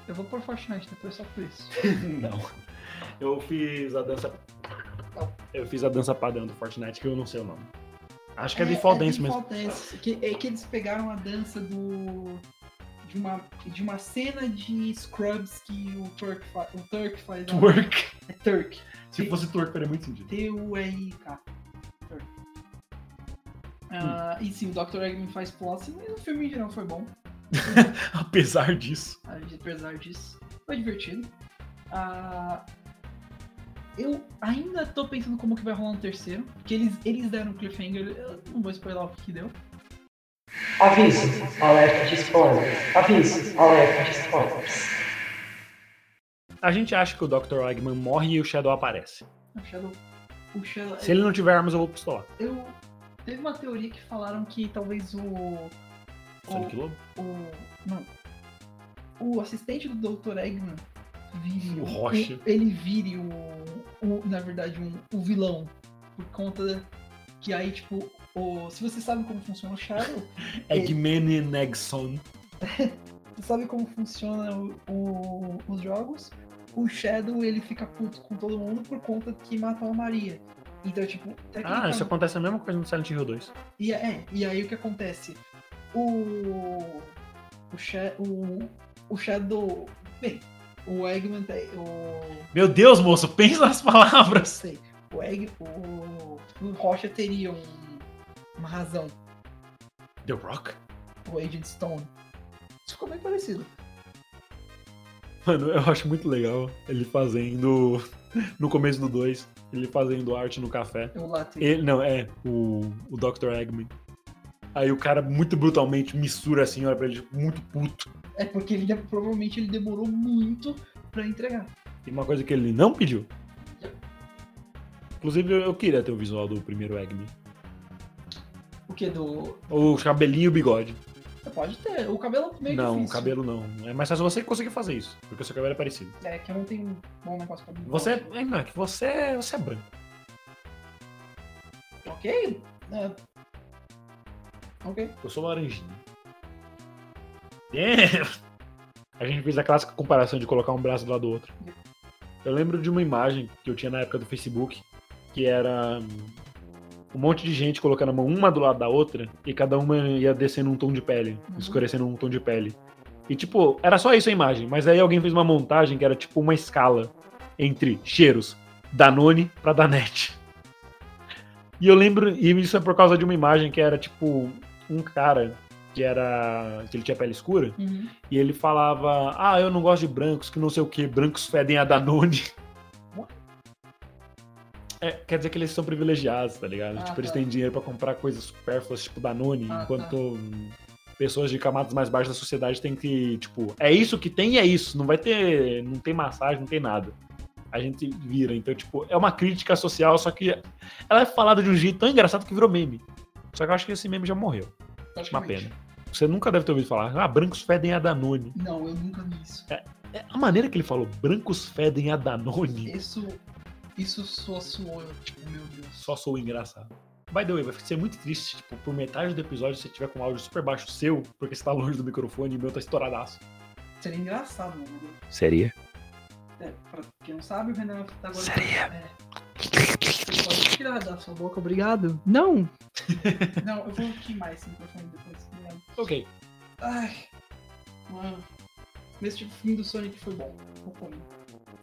S2: Eu vou pôr Fortnite depois só por isso.
S1: Não. Eu fiz a dança. Eu fiz a dança padrão do Fortnite, que eu não sei o nome. Acho que é, default dance mesmo.
S2: Default Dance, que- é que eles pegaram a dança do. De uma, de uma cena de Scrubs que o Turk, fa- o Turk faz. lá.
S1: Twerk.
S2: É Turk.
S1: Se fosse twerk, faria muito sentido.
S2: T-U-R-I-K. Turk. Ah, E sim, o Dr. Eggman faz posse, mas o filme em geral foi bom.
S1: Apesar disso.
S2: Ah, apesar disso. Foi divertido. Ah, eu ainda tô pensando como que vai rolar um terceiro, porque eles, eles deram um cliffhanger, eu não vou spoiler o que que deu.
S3: Aviso, alerta de spoilers. Aviso, alerta de spoilers.
S1: A gente acha que o Dr. Eggman morre e o Shadow aparece.
S2: O Shadow. O Shadow
S1: Se ele não tiver armas, eu vou pistolar.
S2: eu, teve uma teoria que falaram que talvez o.
S1: Sonic
S2: O.
S1: Lobo?
S2: o não. O assistente do Dr. Eggman vire.
S1: O Rocha.
S2: ele vire o, o- Na verdade, um, o vilão. Por conta que aí, tipo. O, se você sabe como funciona o Shadow,
S1: Eggman e Eggson.
S2: você sabe como funciona o- o- os jogos, o Shadow ele fica puto com todo mundo por conta que matou a Maria. Então, tipo,
S1: Ah,
S2: tecnicamente-
S1: isso acontece a mesma coisa no Silent Hill 2.
S2: E, é, e aí o que acontece? O. O, Sha- o, o Shadow. Bem, o Eggman. tá- O,
S1: Meu Deus, moço, pensa nas
S2: não
S1: palavras.
S2: sei. O Egg. O, o Rocha teria um- uma razão.
S1: The Rock?
S2: O Agent Stone. Isso ficou bem parecido.
S1: Mano, eu acho muito legal ele fazendo. No começo do 2, ele fazendo arte no café.
S2: O Latte.
S1: Ele, não, é, o, o Dr. Eggman. Aí o cara muito brutalmente mistura assim, olha pra ele, tipo, muito puto.
S2: É porque ele de- provavelmente ele demorou muito pra entregar.
S1: E uma coisa que ele não pediu. Inclusive, eu- eu queria ter o visual do primeiro Eggman.
S2: O que? Do.
S1: O cabelinho e o bigode.
S2: Você pode ter. O cabelo é meio
S1: não,
S2: difícil.
S1: o cabelo não. É mais fácil você conseguir fazer isso, porque o seu cabelo é parecido.
S2: É, que eu não tenho um bom negócio pra mim.
S1: Você é. é, Não, é que você é. Você é branco.
S2: Ok? É. Ok.
S1: Eu sou laranjinha. Damn! A gente fez a clássica comparação de colocar um braço do lado do outro. Eu lembro de uma imagem que eu tinha na época do Facebook, que era hum, um monte de gente colocando a mão uma do lado da outra e cada uma ia descendo um tom de pele,
S2: Uhum.
S1: escurecendo um tom de pele. E tipo, era só isso a imagem, mas aí alguém fez uma montagem que era tipo uma escala entre cheiros Danone pra Danete. E eu lembro, e isso é por causa de uma imagem que era tipo um cara que era que ele tinha pele escura
S2: Uhum.
S1: e ele falava: "Ah, eu não gosto de brancos, que não sei o que, brancos fedem a Danone". É, quer dizer que eles são privilegiados, tá ligado?
S2: Ah,
S1: tipo,
S2: tá.
S1: eles têm dinheiro pra comprar coisas supérfluas, tipo Danone,
S2: Ah,
S1: enquanto
S2: tá.
S1: hum, pessoas de camadas mais baixas da sociedade têm que, tipo, é isso que tem e é isso, não vai ter, não tem massagem, não tem nada. A gente vira, então, tipo, é uma crítica social, só que ela é falada de um jeito tão engraçado que virou meme. Só que eu acho que esse meme já morreu. Uma pena. Você nunca deve ter ouvido falar, ah, brancos fedem a Danone.
S2: Não, eu nunca vi isso.
S1: É, A maneira que ele falou, brancos fedem a Danone,
S2: Isso, isso só soou, tipo, meu Deus.
S1: só sou engraçado. By the way, vai ser muito triste, tipo, por metade do episódio você tiver com um áudio super baixo seu, porque você tá longe do microfone e o meu tá estouradaço.
S2: Seria engraçado, mano.
S1: Seria?
S2: É, pra quem não sabe, o Renan tá agora. Seria? Você pode tirar da sua boca, obrigado. Não! Não, eu vou queimar esse microfone depois. obrigado.
S1: Ok.
S2: Ai, mano. Nesse tipo, filme do Sonic foi bom. Vou comer.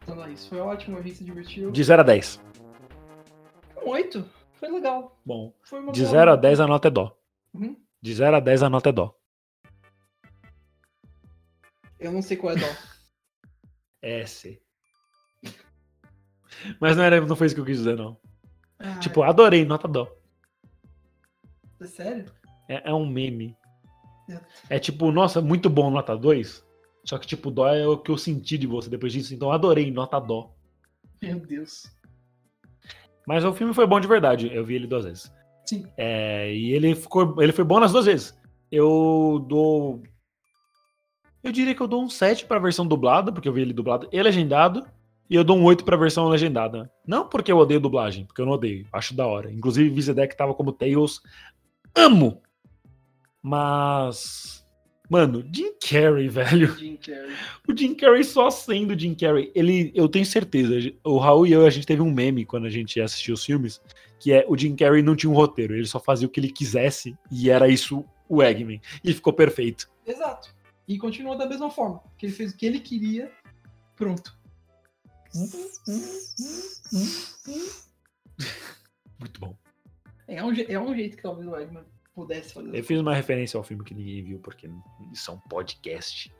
S2: Então é isso. Foi ótimo, a gente se divertiu.
S1: De 0 a 10.
S2: Um oito. Foi legal.
S1: Bom,
S2: Foi uma
S1: de
S2: boa-
S1: 0 a 10 a nota é dó.
S2: Uhum.
S1: De 0 a 10 a nota é dó.
S2: Eu não sei qual é dó.
S1: É C. Mas não, era, não foi isso que eu quis dizer, não.
S2: Ah,
S1: Tipo, adorei, nota dó.
S2: é sério?
S1: É, é um meme.
S2: É.
S1: É tipo, nossa, muito bom nota 2. Só que, tipo, dó é o que eu senti de você depois disso, então eu adorei nota dó.
S2: Meu Deus.
S1: Mas o filme foi bom de verdade, eu vi ele duas vezes.
S2: Sim.
S1: É, e ele ficou. Ele foi bom nas duas vezes. Eu dou. Eu diria que eu dou um 7 pra versão dublada, porque eu vi ele dublado e legendado. E eu dou um 8 pra versão legendada. Não porque eu odeio dublagem, porque eu não odeio. Acho da hora. Inclusive, Vizedec tava como Tails. Amo! Mas. Mano, Jim Carrey, velho.
S2: Jim Carrey.
S1: O Jim Carrey só sendo Jim Carrey. Ele, eu tenho certeza. O Raul e eu, a gente teve um meme quando a gente assistiu os filmes, que é o Jim Carrey não tinha um roteiro, ele só fazia o que ele quisesse e era isso o Eggman. E ficou perfeito.
S2: Exato. E continuou da mesma forma. Que ele fez o que ele queria. Pronto.
S1: Muito bom.
S2: É um, je- é um jeito que talvez o Eggman pudesse fazer.
S1: Eu fiz uma referência ao filme que ninguém viu, porque isso é um podcast.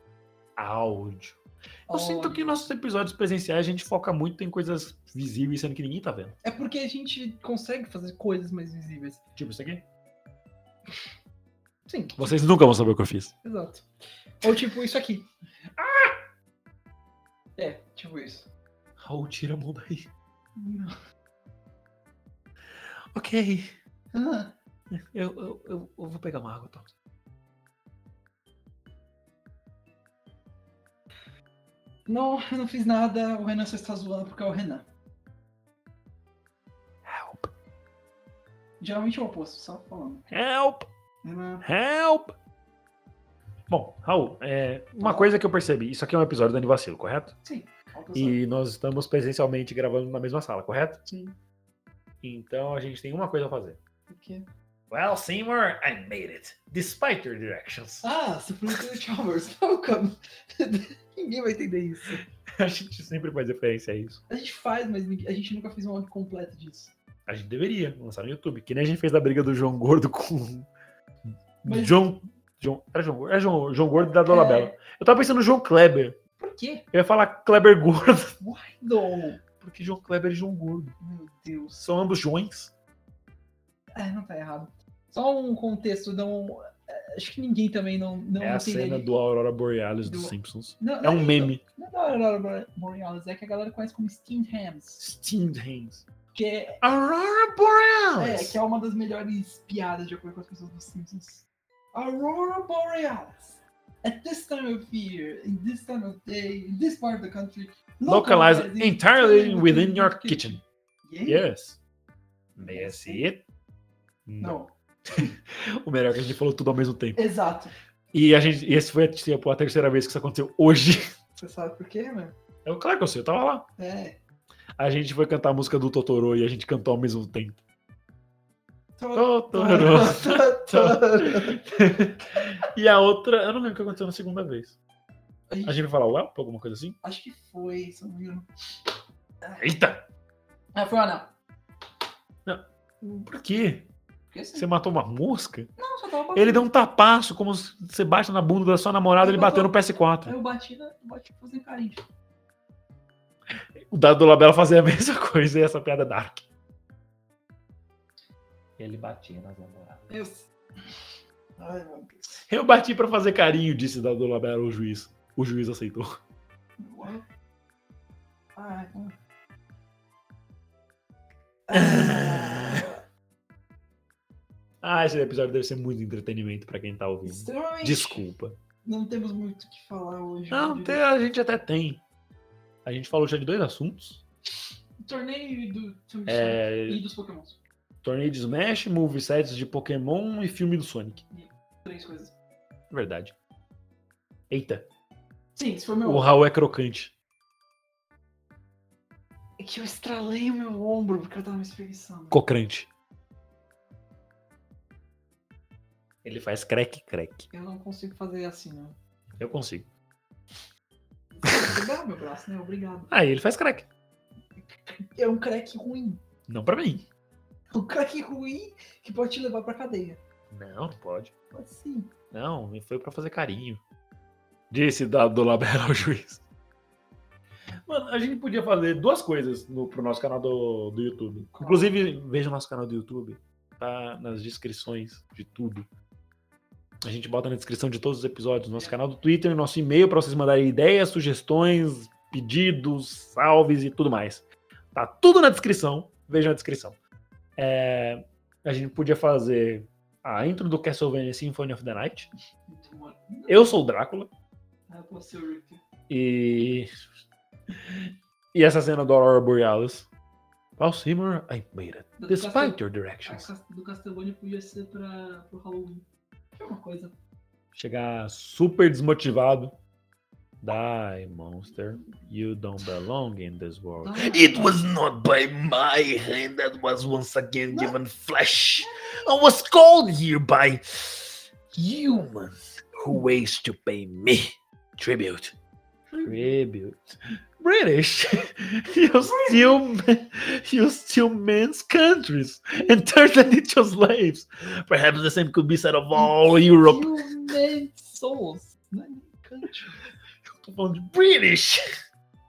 S1: Áudio. Eu sinto que nossos episódios presenciais a gente foca muito em coisas visíveis, sendo que ninguém tá vendo.
S2: É porque a gente consegue fazer coisas mais visíveis.
S1: Tipo isso aqui.
S2: Sim,
S1: Vocês nunca vão saber o que eu fiz.
S2: exato. Ou tipo isso aqui. Ah! É, tipo isso.
S1: Raul, tira a mão daí.
S2: Não.
S1: Ok.
S2: Ah,
S1: Eu, eu, eu, eu vou pegar uma água, tá?
S2: Não, eu não fiz nada. O Renan só está zoando porque é o Renan.
S1: Help.
S2: Geralmente é o oposto, só falando.
S1: Help!
S2: Renan.
S1: Help! Bom, Raul, é, uma coisa que eu percebi, isso aqui é um episódio do Anivacilo, correto?
S2: Sim. outra pessoa.
S1: E nós estamos presencialmente gravando na mesma sala, correto?
S2: Sim.
S1: Então a gente tem uma coisa a fazer.
S2: O quê?
S1: Well, Seymour, I made it, despite your directions.
S2: Ah, você falou que o Chalmers. Welcome. ninguém vai entender isso.
S1: A gente sempre faz referência a isso.
S2: A gente faz, mas ninguém- a gente nunca fez um áudio completo disso.
S1: A gente deveria lançar no YouTube, que nem a gente fez da briga do João Gordo com.
S2: Mas-
S1: João. John, era João, Gordo? era João, João Gordo da Dolabella. Eu tava pensando no João Kleber.
S2: É, Por quê?
S1: Eu ia falar Kleber gordo,
S2: Why though?
S1: porque João Kleber e João gordo.
S2: Meu Deus.
S1: São ambos Joões.
S2: É, não tá errado. Só um contexto, não. é, Acho que ninguém também não, não
S1: é a
S2: entenderia.
S1: cena do Aurora Borealis dos
S2: Do-
S1: Simpsons.
S2: Não,
S1: É
S2: não
S1: um
S2: isso.
S1: meme.
S2: Não é da Aurora Bore- Borealis, é que a galera conhece como Steam Hams.
S1: Steamed Hands.
S2: Que é,
S1: Aurora
S2: é,
S1: Borealis!
S2: que é uma das melhores piadas de acordo com as pessoas dos Simpsons. Aurora Borealis. At this time of year, in this time of day, in this part of the country,
S1: Localized
S2: um localized
S1: entirely within your kitchen.
S2: Yeah?
S1: Yes. May I see it?
S2: Não,
S1: O melhor é que a gente falou tudo ao mesmo tempo.
S2: exato.
S1: E a gente, e esse foi tipo, a terceira vez que isso aconteceu hoje. É
S2: Você sabe por quê, mano?
S1: Eu, claro que eu sei, eu tava lá.
S2: É.
S1: a gente foi cantar a música do Totoro e a gente cantou ao mesmo tempo. Totoro.
S2: Totoro.
S1: E a outra, eu não lembro o que aconteceu na segunda vez.
S2: Ai.
S1: A gente vai falar Welp, alguma coisa assim?
S2: Acho que foi, se eu não me engano.
S1: Eita!
S2: Ah, foi o anel.
S1: Por quê?
S2: Porque assim,
S1: Você matou uma mosca?
S2: não, só tava batendo.
S1: Ele deu um tapaço, como se você bate na bunda da sua namorada, ele bateu no
S2: Aí
S1: PS4.
S2: eu bati, na- eu bati fazendo carente.
S1: O dado do Labela fazia a mesma coisa e essa piada é dark.
S4: Ele batia nas namoradas.
S2: Meu Deus. Ai, meu Deus.
S1: Eu bati pra fazer carinho, disse o dado do Labela, o juiz. O juiz aceitou.
S2: Ai, mano. Ah,
S1: Ah, esse episódio deve ser muito entretenimento pra quem tá ouvindo.
S2: extremamente.
S1: Desculpa.
S2: Não temos muito o que falar hoje. eu
S1: Não,
S2: diria.
S1: tem- a gente até tem. A gente falou já de dois assuntos.
S2: Torneio do. do-
S1: É,
S2: E dos Pokémon.
S1: Torneio de Smash, movesets de Pokémon e filme do Sonic.
S2: Três coisas.
S1: Verdade. Eita,
S2: Sim, esse foi meu.
S1: o Raul é crocante.
S2: É que eu estralei o meu ombro porque eu tava me espreguiçando.
S1: Cocrante. Ele faz crack crack.
S2: Eu não consigo fazer assim, não.
S1: Eu consigo.
S2: Pegar meu braço, né? Obrigado.
S1: Aí Ah, ele faz crack.
S2: É um crack ruim.
S1: Não pra mim.
S2: Um crack ruim que pode te levar pra cadeia.
S1: Não, não pode.
S2: Pode sim.
S1: Não, foi pra fazer carinho. Disse dado do Labela ao juiz. Mano, a gente podia fazer duas coisas no, pro nosso canal do, do YouTube. Inclusive, veja o nosso canal do YouTube. Tá nas descrições de tudo. A gente bota na descrição de todos os episódios, nosso canal do Twitter, nosso e-mail pra vocês mandarem ideias, sugestões, pedidos, salves e tudo mais. Tá tudo na descrição. Veja na descrição. É, a gente podia fazer a intro do Castlevania Symphony of the Night.
S2: Então, mano,
S1: Eu sou o Drácula
S2: eu posso ser o Rick.
S1: e. E essa cena do Aurora Borealis. Val Seymour, I made it.
S2: Do
S1: Despite your
S2: A
S1: directions.
S2: cas- do Castelone podia ser pra, pro Halloween. É uma coisa.
S1: Chegar super desmotivado. Die, monster. You don't belong in this world. It was not by my hand that was once again given flesh. I was called here by humans who ways to pay me tribute. Tribute. British. You steal, you steal men's countries and turn them into slaves. Perhaps the same could be said of all Europe.
S2: Human Souls. Não é nem country.
S1: Tô falando de British.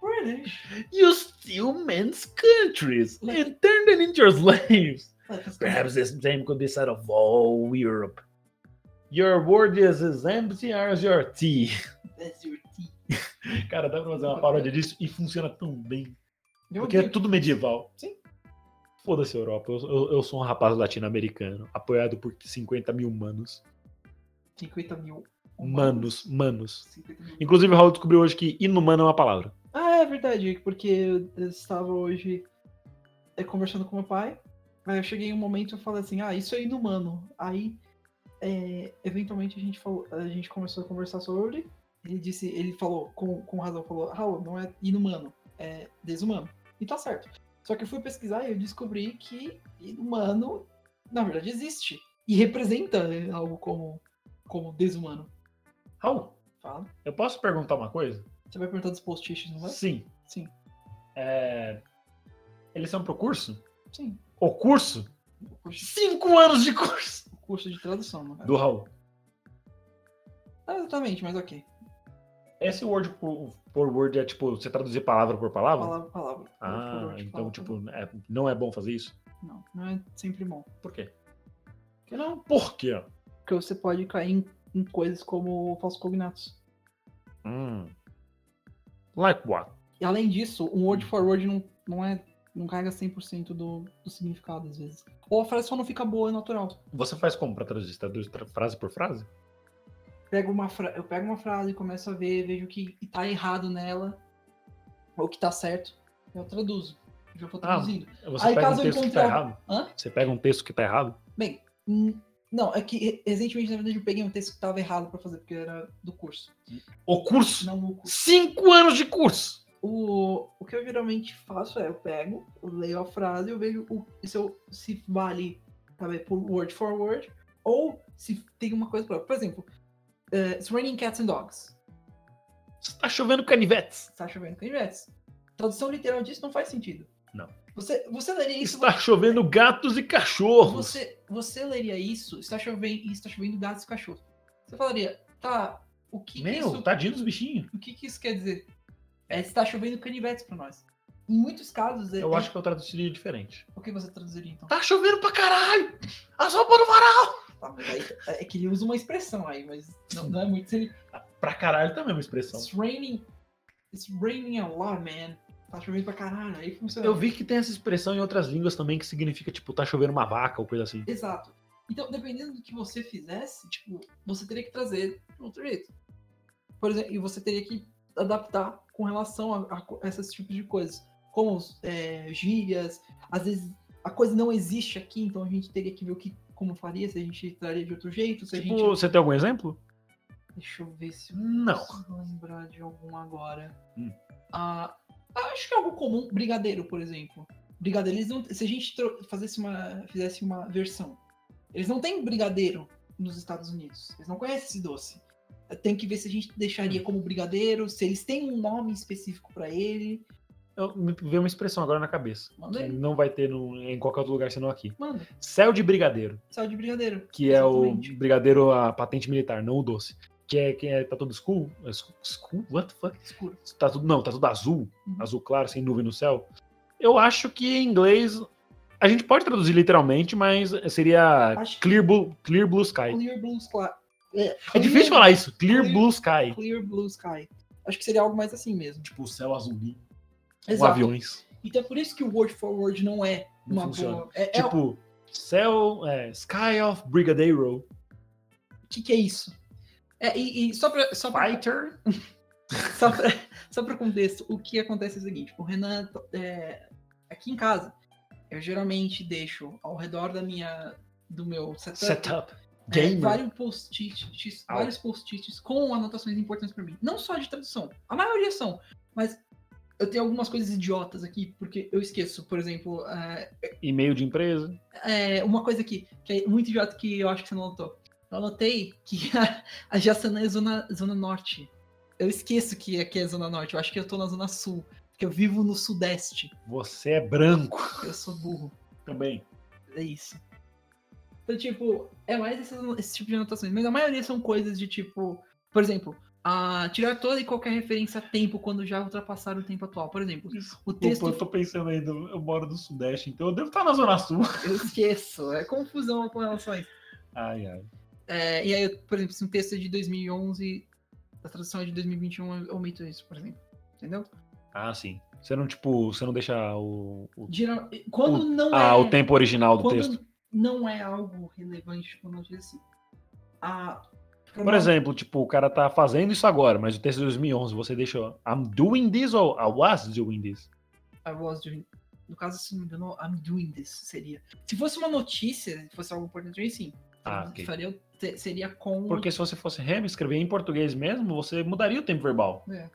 S2: British.
S1: You steal men's countries and turn them into slaves. Perhaps the same could be said of all Europe. Your word is as empty as your tea.
S2: That's your tea.
S1: Cara, dá pra fazer uma paródia disso e funciona tão bem.
S2: Meu
S1: Porque é
S2: Deus.
S1: tudo medieval.
S2: Sim.
S1: Foda-se, Europa. Eu, eu- eu sou um rapaz latino-americano, apoiado por 50 mil manos.
S2: 50 mil.
S1: Manos, manos.
S2: 50 mil.
S1: Inclusive, o Raul descobriu hoje que inumano é uma palavra.
S2: Ah, é verdade, porque eu eu estava hoje eh, conversando com meu pai. Aí eu cheguei em um momento e eu falei assim, ah, isso é inumano. Aí, eh, eventualmente, a gente, falou, a gente começou a conversar sobre. Ele disse, ele falou, com, com razão, falou, Raul, não é inumano, é desumano. E tá certo. Só que eu fui pesquisar e eu descobri que inumano, na verdade, existe. E representa né, algo como, como desumano.
S1: Raul,
S2: Fala.
S1: eu posso perguntar uma coisa?
S2: Você vai perguntar dos post-its, não vai?
S1: Uhum. Sim.
S2: Sim.
S1: É, Eles são pro curso?
S2: Sim.
S1: O curso?
S2: O curso,
S1: Cinco anos de curso!
S2: o curso de tradução, não é?
S1: Do Raul.
S2: Ah, exatamente, mas ok.
S1: Esse word por, por word é tipo, você traduzir palavra por palavra?
S2: Palavra, palavra.
S1: Ah,
S2: Por favor,
S1: então,
S2: palavra,
S1: tipo, é- não é bom fazer isso?
S2: palavra. Não, não é sempre bom.
S1: Por quê? Porque é um não. Por quê?
S2: Porque você pode cair em, em coisas como falsos cognatos.
S1: Hum. Like what?
S2: E além disso, um word
S1: Uhum.
S2: for word não, não é. Não carrega 100% do, do significado, às vezes. Ou a frase só não fica boa e natural.
S1: Você faz como pra traduzir? Você Traduz tra- frase por frase?
S2: Pego uma fra... Eu pego uma frase, começo a ver, vejo o que tá errado nela, ou o que tá certo, eu traduzo. Eu
S1: Ah.
S2: já vou traduzindo.
S1: Você
S2: Aí,
S1: pega um
S2: caso eu
S1: texto que tá
S2: encontrar-
S1: errado?
S2: Hã?
S1: Você pega um texto que tá errado?
S2: Bem, hum, não, é que re- recentemente, na verdade, eu peguei um texto que tava errado pra fazer, porque era do curso.
S1: O curso?
S2: Não no curso.
S1: Cinco anos de curso!
S2: O, o que eu geralmente faço é eu pego, eu leio a frase, eu vejo o- se, eu- se vale sabe, por word for word, ou se tem uma coisa própria. Por exemplo, eh, It's Raining Cats and Dogs.
S1: Está chovendo canivetes.
S2: Está chovendo canivetes. Tradução literal disso não faz sentido.
S1: Não.
S2: Você, você leria isso.
S1: Está chovendo gatos e cachorros.
S2: Você, você leria isso, está chovendo, está chovendo gatos e cachorros. Você falaria, tá, o que, que
S1: Meu,
S2: isso
S1: tadinho dos bichinhos.
S2: O que, que isso quer dizer? É, está chovendo canivetes pra nós. Em muitos casos, é,
S1: Eu acho que eu traduziria diferente.
S2: o que você traduziria então?
S1: Tá chovendo pra caralho! As roupas do varal!
S2: Tá, mas aí- é que ele usa uma expressão aí, mas não, não é muito. Se ele-
S1: Pra caralho também é uma expressão.
S2: It's raining. It's raining a lot, man. Tá chovendo pra caralho. Aí funciona.
S1: Eu vi que tem essa expressão em outras línguas também que significa, tipo, tá chovendo uma vaca ou coisa assim.
S2: Exato. Então, dependendo do que você fizesse, tipo, você teria que trazer de um outro jeito. Por exemplo, e você teria que adaptar com relação a, a co- esses tipos de coisas. Como é, gírias, às vezes a coisa não existe aqui, então a gente teria que ver o que como faria, se a gente traria de outro jeito, se
S1: Tipo,
S2: a gente.
S1: você tem algum exemplo?
S2: Deixa eu ver se eu
S1: Não.
S2: consigo lembrar de algum agora.
S1: Hum.
S2: Ah, acho que é algo comum, brigadeiro, por exemplo. Brigadeiro, eles não, se a gente tro- fizesse uma, fizesse uma versão, eles não têm brigadeiro nos Estados Unidos. Eles não conhecem esse doce. Tem que ver se a gente deixaria
S1: Hum.
S2: como brigadeiro, se eles têm um nome específico pra ele.
S1: Eu, me veio uma expressão agora na cabeça.
S2: Manda
S1: que
S2: aí.
S1: não vai ter no- em qualquer outro lugar senão aqui.
S2: Mano,
S1: Céu de brigadeiro,
S2: sal de brigadeiro.
S1: que é
S2: Exatamente.
S1: o brigadeiro, a patente militar, não o doce. Que é, que é tá todo escuro? é escu- escuro? What the fuck?
S2: escuro.
S1: Tá tudo, não, tá tudo azul,
S2: Uhum.
S1: azul claro, sem nuvem no céu. Eu acho que em inglês a gente pode traduzir literalmente, mas seria
S2: Acho que-
S1: clear, blue, É clear blue sky.
S2: Clear blue sky.
S1: É difícil falar isso, clear
S2: clear-
S1: blue sky.
S2: Clear blue sky. Acho que seria algo mais assim mesmo.
S1: Tipo, o céu azulinho, com Um
S2: Exato.
S1: aviões.
S2: Então é por isso que o word for word não é
S1: Não
S2: uma
S1: funciona.
S2: boa. É, é-
S1: Tipo, céu, é, sky of brigadeiro,
S2: o que, que é isso? É, e, e só pra, só pra,
S1: fighter.
S2: só pra, só pra contexto, o que acontece é o seguinte, o Renan, é, aqui em casa, eu geralmente deixo ao redor da minha, do meu setup,
S1: Setup.
S2: é,
S1: Gamer.
S2: vários post-its,
S1: Au.
S2: vários post-its com anotações importantes pra mim. Não só de tradução, a maioria são, mas eu tenho algumas coisas idiotas aqui, porque eu esqueço, por exemplo, é,
S1: E-mail de empresa.
S2: é, uma coisa que, que é muito idiota que eu acho que você não notou. Eu anotei que a, a Jaçanã é zona, zona norte. Eu esqueço que aqui é zona norte. Eu acho que eu tô na zona sul. Porque eu vivo no sudeste.
S1: Você é branco.
S2: Eu sou burro.
S1: Também.
S2: É isso. Então, tipo, é mais essas- esse, tipo de anotações. Mas a maioria são coisas de tipo. Por exemplo, a tirar toda e qualquer referência a tempo quando já ultrapassaram o tempo atual. Por exemplo, o texto.
S1: Eu tô pensando ainda, eu moro no Sudeste, então eu devo estar na Zona Sul.
S2: Eu esqueço. É confusão com relação a isso.
S1: Ai, ai.
S2: É, e aí, eu, por exemplo, se um texto é de 2011, a tradução é de 2021, eu omito isso, por exemplo. Entendeu?
S1: Ah, sim. Você não, tipo, você não deixa o. o-
S2: Geral- quando não
S1: ah,
S2: é.
S1: o tempo original do
S2: quando
S1: texto.
S2: não é algo relevante, quando eu digo assim. A,
S1: Por exemplo, tipo, o cara tá fazendo isso agora, mas o texto é de 2011, você deixa I'm doing this ou I was doing this?
S2: I was doing. um, No caso, se não me engano, I'm doing this seria. Se fosse uma notícia, se fosse algo importante, aí sim. Então,
S1: Ah, ok.
S2: Faria- te- seria com.
S1: Porque se você fosse reescrever em português mesmo, você mudaria o tempo verbal
S2: É,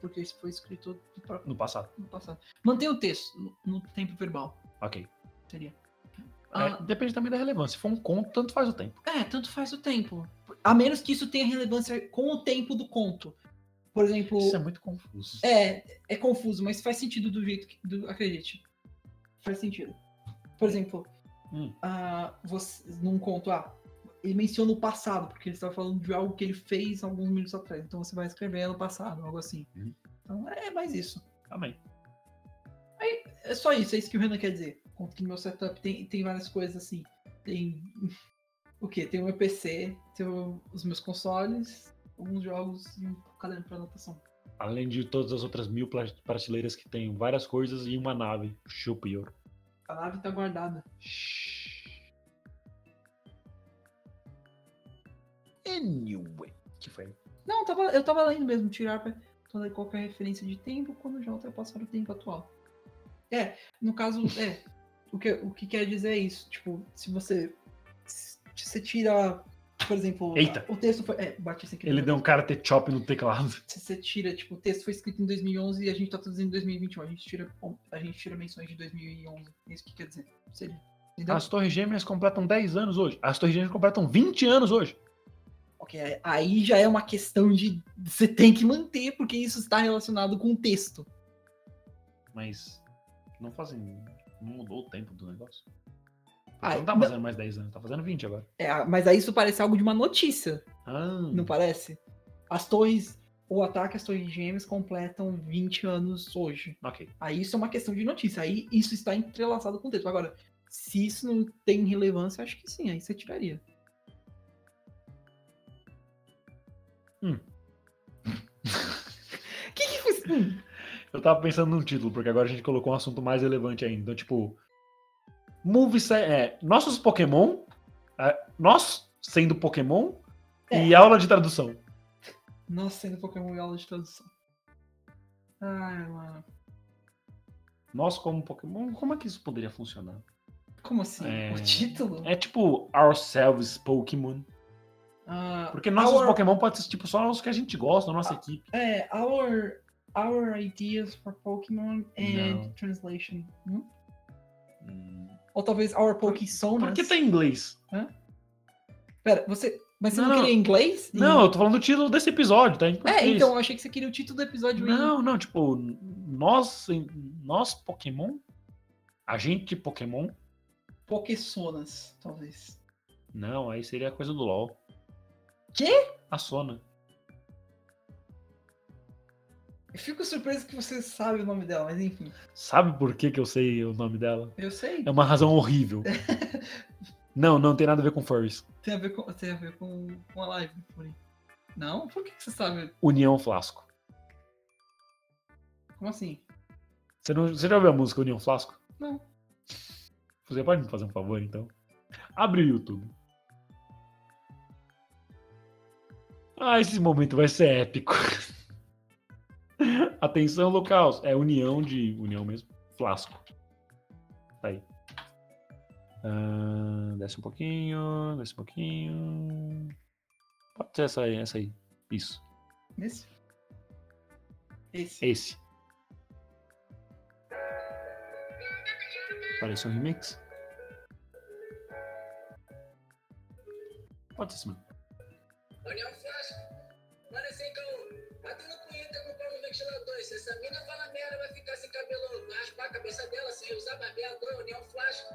S2: porque isso foi escrito no próprio-
S1: no passado.
S2: no passado. Mantém o texto no, no tempo verbal,
S1: Ok.
S2: seria. Ah.
S1: É, depende também da relevância. Se for um conto, tanto faz o tempo.
S2: É, tanto faz o tempo. A menos que isso tenha relevância com o tempo do conto. Por exemplo,
S1: Isso é muito confuso.
S2: é, é confuso, mas faz sentido do jeito que. Do, acredite. Faz sentido. Por exemplo,
S1: Hum.
S2: ah, você, num conto, ah, ele menciona o passado, porque ele estava falando de algo que ele fez alguns minutos atrás. Então você vai escrever no passado, algo assim.
S1: Hum.
S2: Então é mais isso.
S1: Amém.
S2: É só isso, é isso que o Renan quer dizer. Conto que meu setup tem, tem várias coisas assim. Tem. O quê? Tem o meu PC, tem o- os meus consoles, alguns jogos e um caderno para anotação.
S1: Além de todas as outras mil pla- prateleiras que tem várias coisas e uma nave. Chupa, Yoro.
S2: A nave tá guardada.
S1: Anyway. Que foi?
S2: Não, eu tava, eu tava lendo mesmo, tirar pra- toda e qualquer referência de tempo quando já ultrapassar o tempo atual. É, no caso, é. O que, o que quer dizer é isso, tipo, se você. Se você tira Por exemplo,
S1: Eita.
S2: o texto foi. É, bati sem querer.
S1: Ele deu um karate chop no teclado.
S2: Se você tira, tipo, o texto foi escrito em 2011 e a gente tá traduzindo em 2021. A gente tira, a gente tira menções de 2011. É isso que quer dizer. Seria. Entendeu?
S1: As Torres Gêmeas completam 10 anos hoje. As Torres Gêmeas completam 20 anos hoje.
S2: Ok, aí já é uma questão de você tem que manter, porque isso está relacionado com o texto.
S1: Mas não fazem. Não mudou o tempo do negócio.
S2: Ah,
S1: não tá
S2: não-
S1: fazendo mais 10 anos, tá fazendo 20 agora.
S2: É, mas aí isso parece algo de uma notícia,
S1: Ah,
S2: não parece? As torres, o ataque às torres gêmeas completam 20 anos hoje.
S1: ok.
S2: Aí isso é uma questão de notícia, aí isso está entrelaçado com o texto. Agora, se isso não tem relevância, acho que sim, aí você tiraria.
S1: Hum.
S2: que que foi? Hum.
S1: Eu tava pensando num título, porque agora a gente colocou um assunto mais relevante ainda. Então, tipo. Movie se- é, nossos Pokémon. é, nós sendo Pokémon
S2: É.
S1: e aula de tradução.
S2: Nossa, sendo Pokémon e aula de tradução. Ai, mano.
S1: Nós como Pokémon, como é que isso poderia funcionar?
S2: Como assim?
S1: É.
S2: O título?
S1: É tipo ourselves Pokémon.
S2: Ah,
S1: Porque nossos
S2: Our-
S1: Pokémon pode ser tipo só os que a gente gosta, a nossa equipe.
S2: É, our, our ideas for Pokémon and
S1: Não. Hum.
S2: translation. Hum? Ou talvez our Pokésonas.
S1: Por que tá em inglês?
S2: Pera, você. Mas você não,
S1: Não,
S2: queria inglês?
S1: Não, eu tô falando do título desse episódio, tá? em
S2: É,
S1: português.
S2: então, eu achei que você queria o título do episódio. em-
S1: Não, não, tipo, nós, nós Pokémon, a gente Pokémon,
S2: Pokésonas, talvez.
S1: não, aí seria coisa do LoL.
S2: Quê?
S1: A Sona.
S2: Eu fico surpreso que você sabe o nome dela, mas enfim.
S1: Sabe por que que eu sei o nome dela?
S2: Eu sei.
S1: É uma razão horrível. não, não tem nada a ver com furries.
S2: Tem a ver com, tem a, ver com, com a live. Por aí. Não? Por que que você sabe?
S1: União Flasco.
S2: Como assim?
S1: Você, não, você já ouviu a música União Flasco?
S2: Não.
S1: Você pode me fazer um favor, então? Abre o YouTube. Ah, esse momento vai ser épico. Atenção, locais. É união de. União mesmo. Flasco. Tá aí. Ah, desce um pouquinho, desce um pouquinho. Pode ser essa aí, essa aí. Isso.
S2: Esse? Esse.
S1: É Esse. Parece um remix. Pode ser esse mesmo.
S5: Olha o Flasco. Mano, esse cão batendo punheta com o pau no ventilador. Se essa mina fala merda, vai ficar sem cabelão. Vai raspar a cabeça dela sem usar barbeador. Olha o Flasco.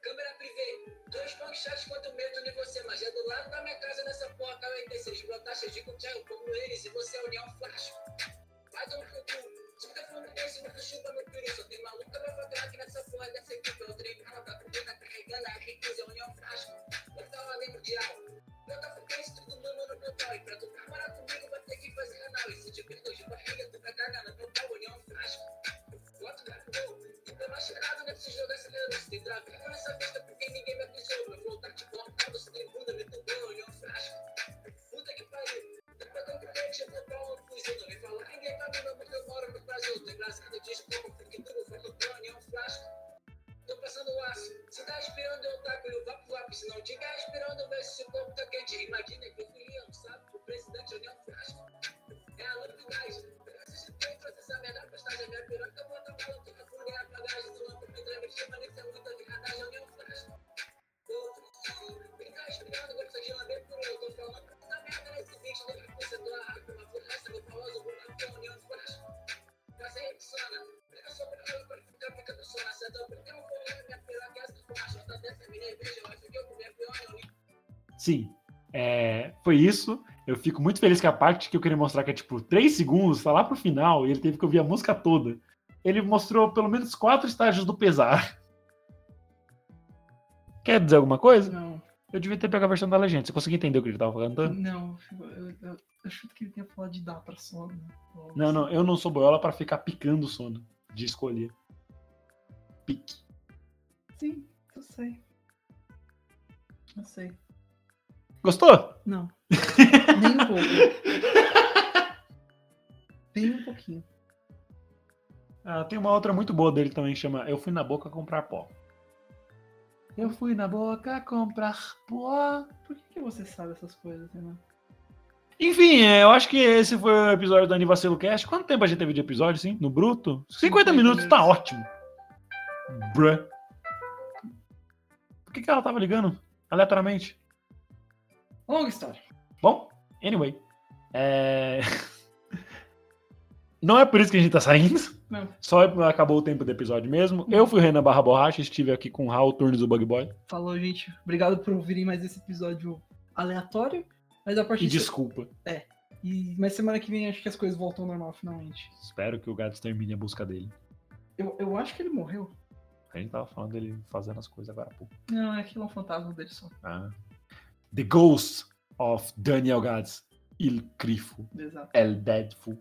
S5: Câmera privê. Dois punk chats quanto medo de você, mas é do lado da minha casa nessa porra. K86, se eles brotassem, digo tchau, eu como eles. E você é o União Flasco. Faz um cucu. Chuta Fluminense, não chuta no Piri. Só tem maluca pra fazer aqui nessa porra dessa equipe. Eu treino, ela tá com tá carregando a riqueza. União Flasco. Eu tava lendo mundial. Eu tava feliz, todo mundo no meu pau. E pra tu namorar comigo, vai ter que fazer anal. E se te perdoe de barriga, tu tá vai cagar no meu pau, olhão frasco. Bota o gravão, e tá tô mais cheirado nesse jogo acelerando. Se tem travinha nessa festa, porque ninguém me avisou. Meu flow tá tipo montado, se tem bunda, me tumbou, olhão frasco. Puta que pariu. Dá pra dar um presente, eu vou pra um fuzil. Não vem falar ninguém pra mim, não, porque eu moro no Brasil. Tô engraçado, desculpa, porque tudo foi no teu olhão frasco. Tô passando aço. Se tá esperando, eu taco e o vapo vapo. Se não tiver esperando, eu vejo se o corpo tá quente. Imagina que eu fui eu, sabe? O presidente olhou um frasco. É a lâmpada gás. Resistei, processa a merda, postagem, minha piroca, bota o balão, toca por guerra, bagagem, do lampo, me travesti, mas nem se é muita viradagem, olhei um frasco. Outro, quem tá esperando, gosta de lamber por eu. Tô falando pra essa merda nesse vídeo, nem que você doa a arma, uma furraça, meu famoso bonacão, olhei um frasco. Mas é insana. Eu sou brasileiro para ficar ficando só na seta. Porque eu vou olhar minha piroca e essa borracha tá dessa minha igreja. Eu acho que eu comi a pior, eu li
S1: Sim. É, foi isso. Eu fico muito feliz que a parte que eu queria mostrar, que é tipo 3 segundos, tá lá pro final, e ele teve que ouvir a música toda. Ele mostrou pelo menos quatro estágios do pesar. Quer dizer alguma coisa?
S2: Não,
S1: Eu devia ter pegado a versão da legenda. Você conseguiu entender o que ele tava cantando?
S2: não, eu, eu, eu chuto que ele tenha falado de dar pra sono. Ou-
S1: Não, não, eu não sou boiola pra ficar picando o sono de escolher. Pique.
S2: Sim, assim, eu sei. Eu sei.
S1: Gostou?
S2: Não. Nem um pouco. Nem um pouquinho.
S1: Ah, tem uma outra muito boa dele também, chama Eu Fui na Boca Comprar Pó. Eu fui na boca comprar pó.
S2: Por que, que você sabe essas coisas, né? Renan?
S1: Enfim, é, eu acho que esse foi o episódio do Anivacilo Cast. Quanto tempo a gente teve de episódio, sim? No bruto? 50
S2: 50
S1: minutos, tá
S2: minutos.
S1: ótimo. Bruh. Por que, que ela tava ligando? Aleatoriamente.
S2: Longa história.
S1: Bom, anyway. É... Não é por isso que a gente tá saindo.
S2: Não.
S1: Só acabou o tempo do episódio mesmo. Eu fui o Renan Barra Borracha, estive aqui com o Raul Turnes do Bug Boy.
S2: Falou, gente. Obrigado por ouvirem mais esse episódio aleatório. Mas a partir
S1: E desculpa.
S2: E, mas semana que vem acho que as coisas voltam ao normal finalmente.
S1: Espero que o gato termine a busca dele.
S2: Eu, eu acho que ele morreu.
S1: A gente tava falando dele fazendo as coisas agora há pouco.
S2: Não, é aquilo é um fantasma dele só.
S1: Ah. The Ghost of Daniel Gads. Il Grifo.
S2: Exato.
S1: El Deadful.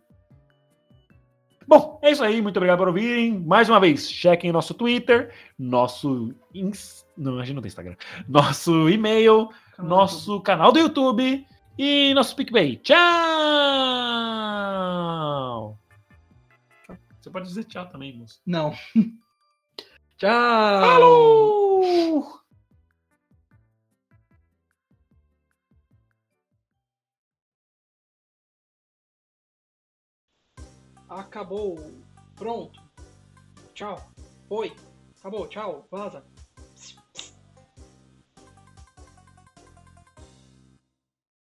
S1: Bom, é isso aí. Muito obrigado por ouvirem. Mais uma vez, chequem nosso Twitter, nosso. Ins... Não, a gente não tem Instagram. Nosso e-mail,
S2: Canal
S1: nosso canal do YouTube e nosso PicPay. Tchau! Você pode dizer tchau também, moço.
S2: Não. Tchau!
S1: Falou!
S2: Acabou. Pronto. Tchau. Oi. Acabou. Tchau. Vaza.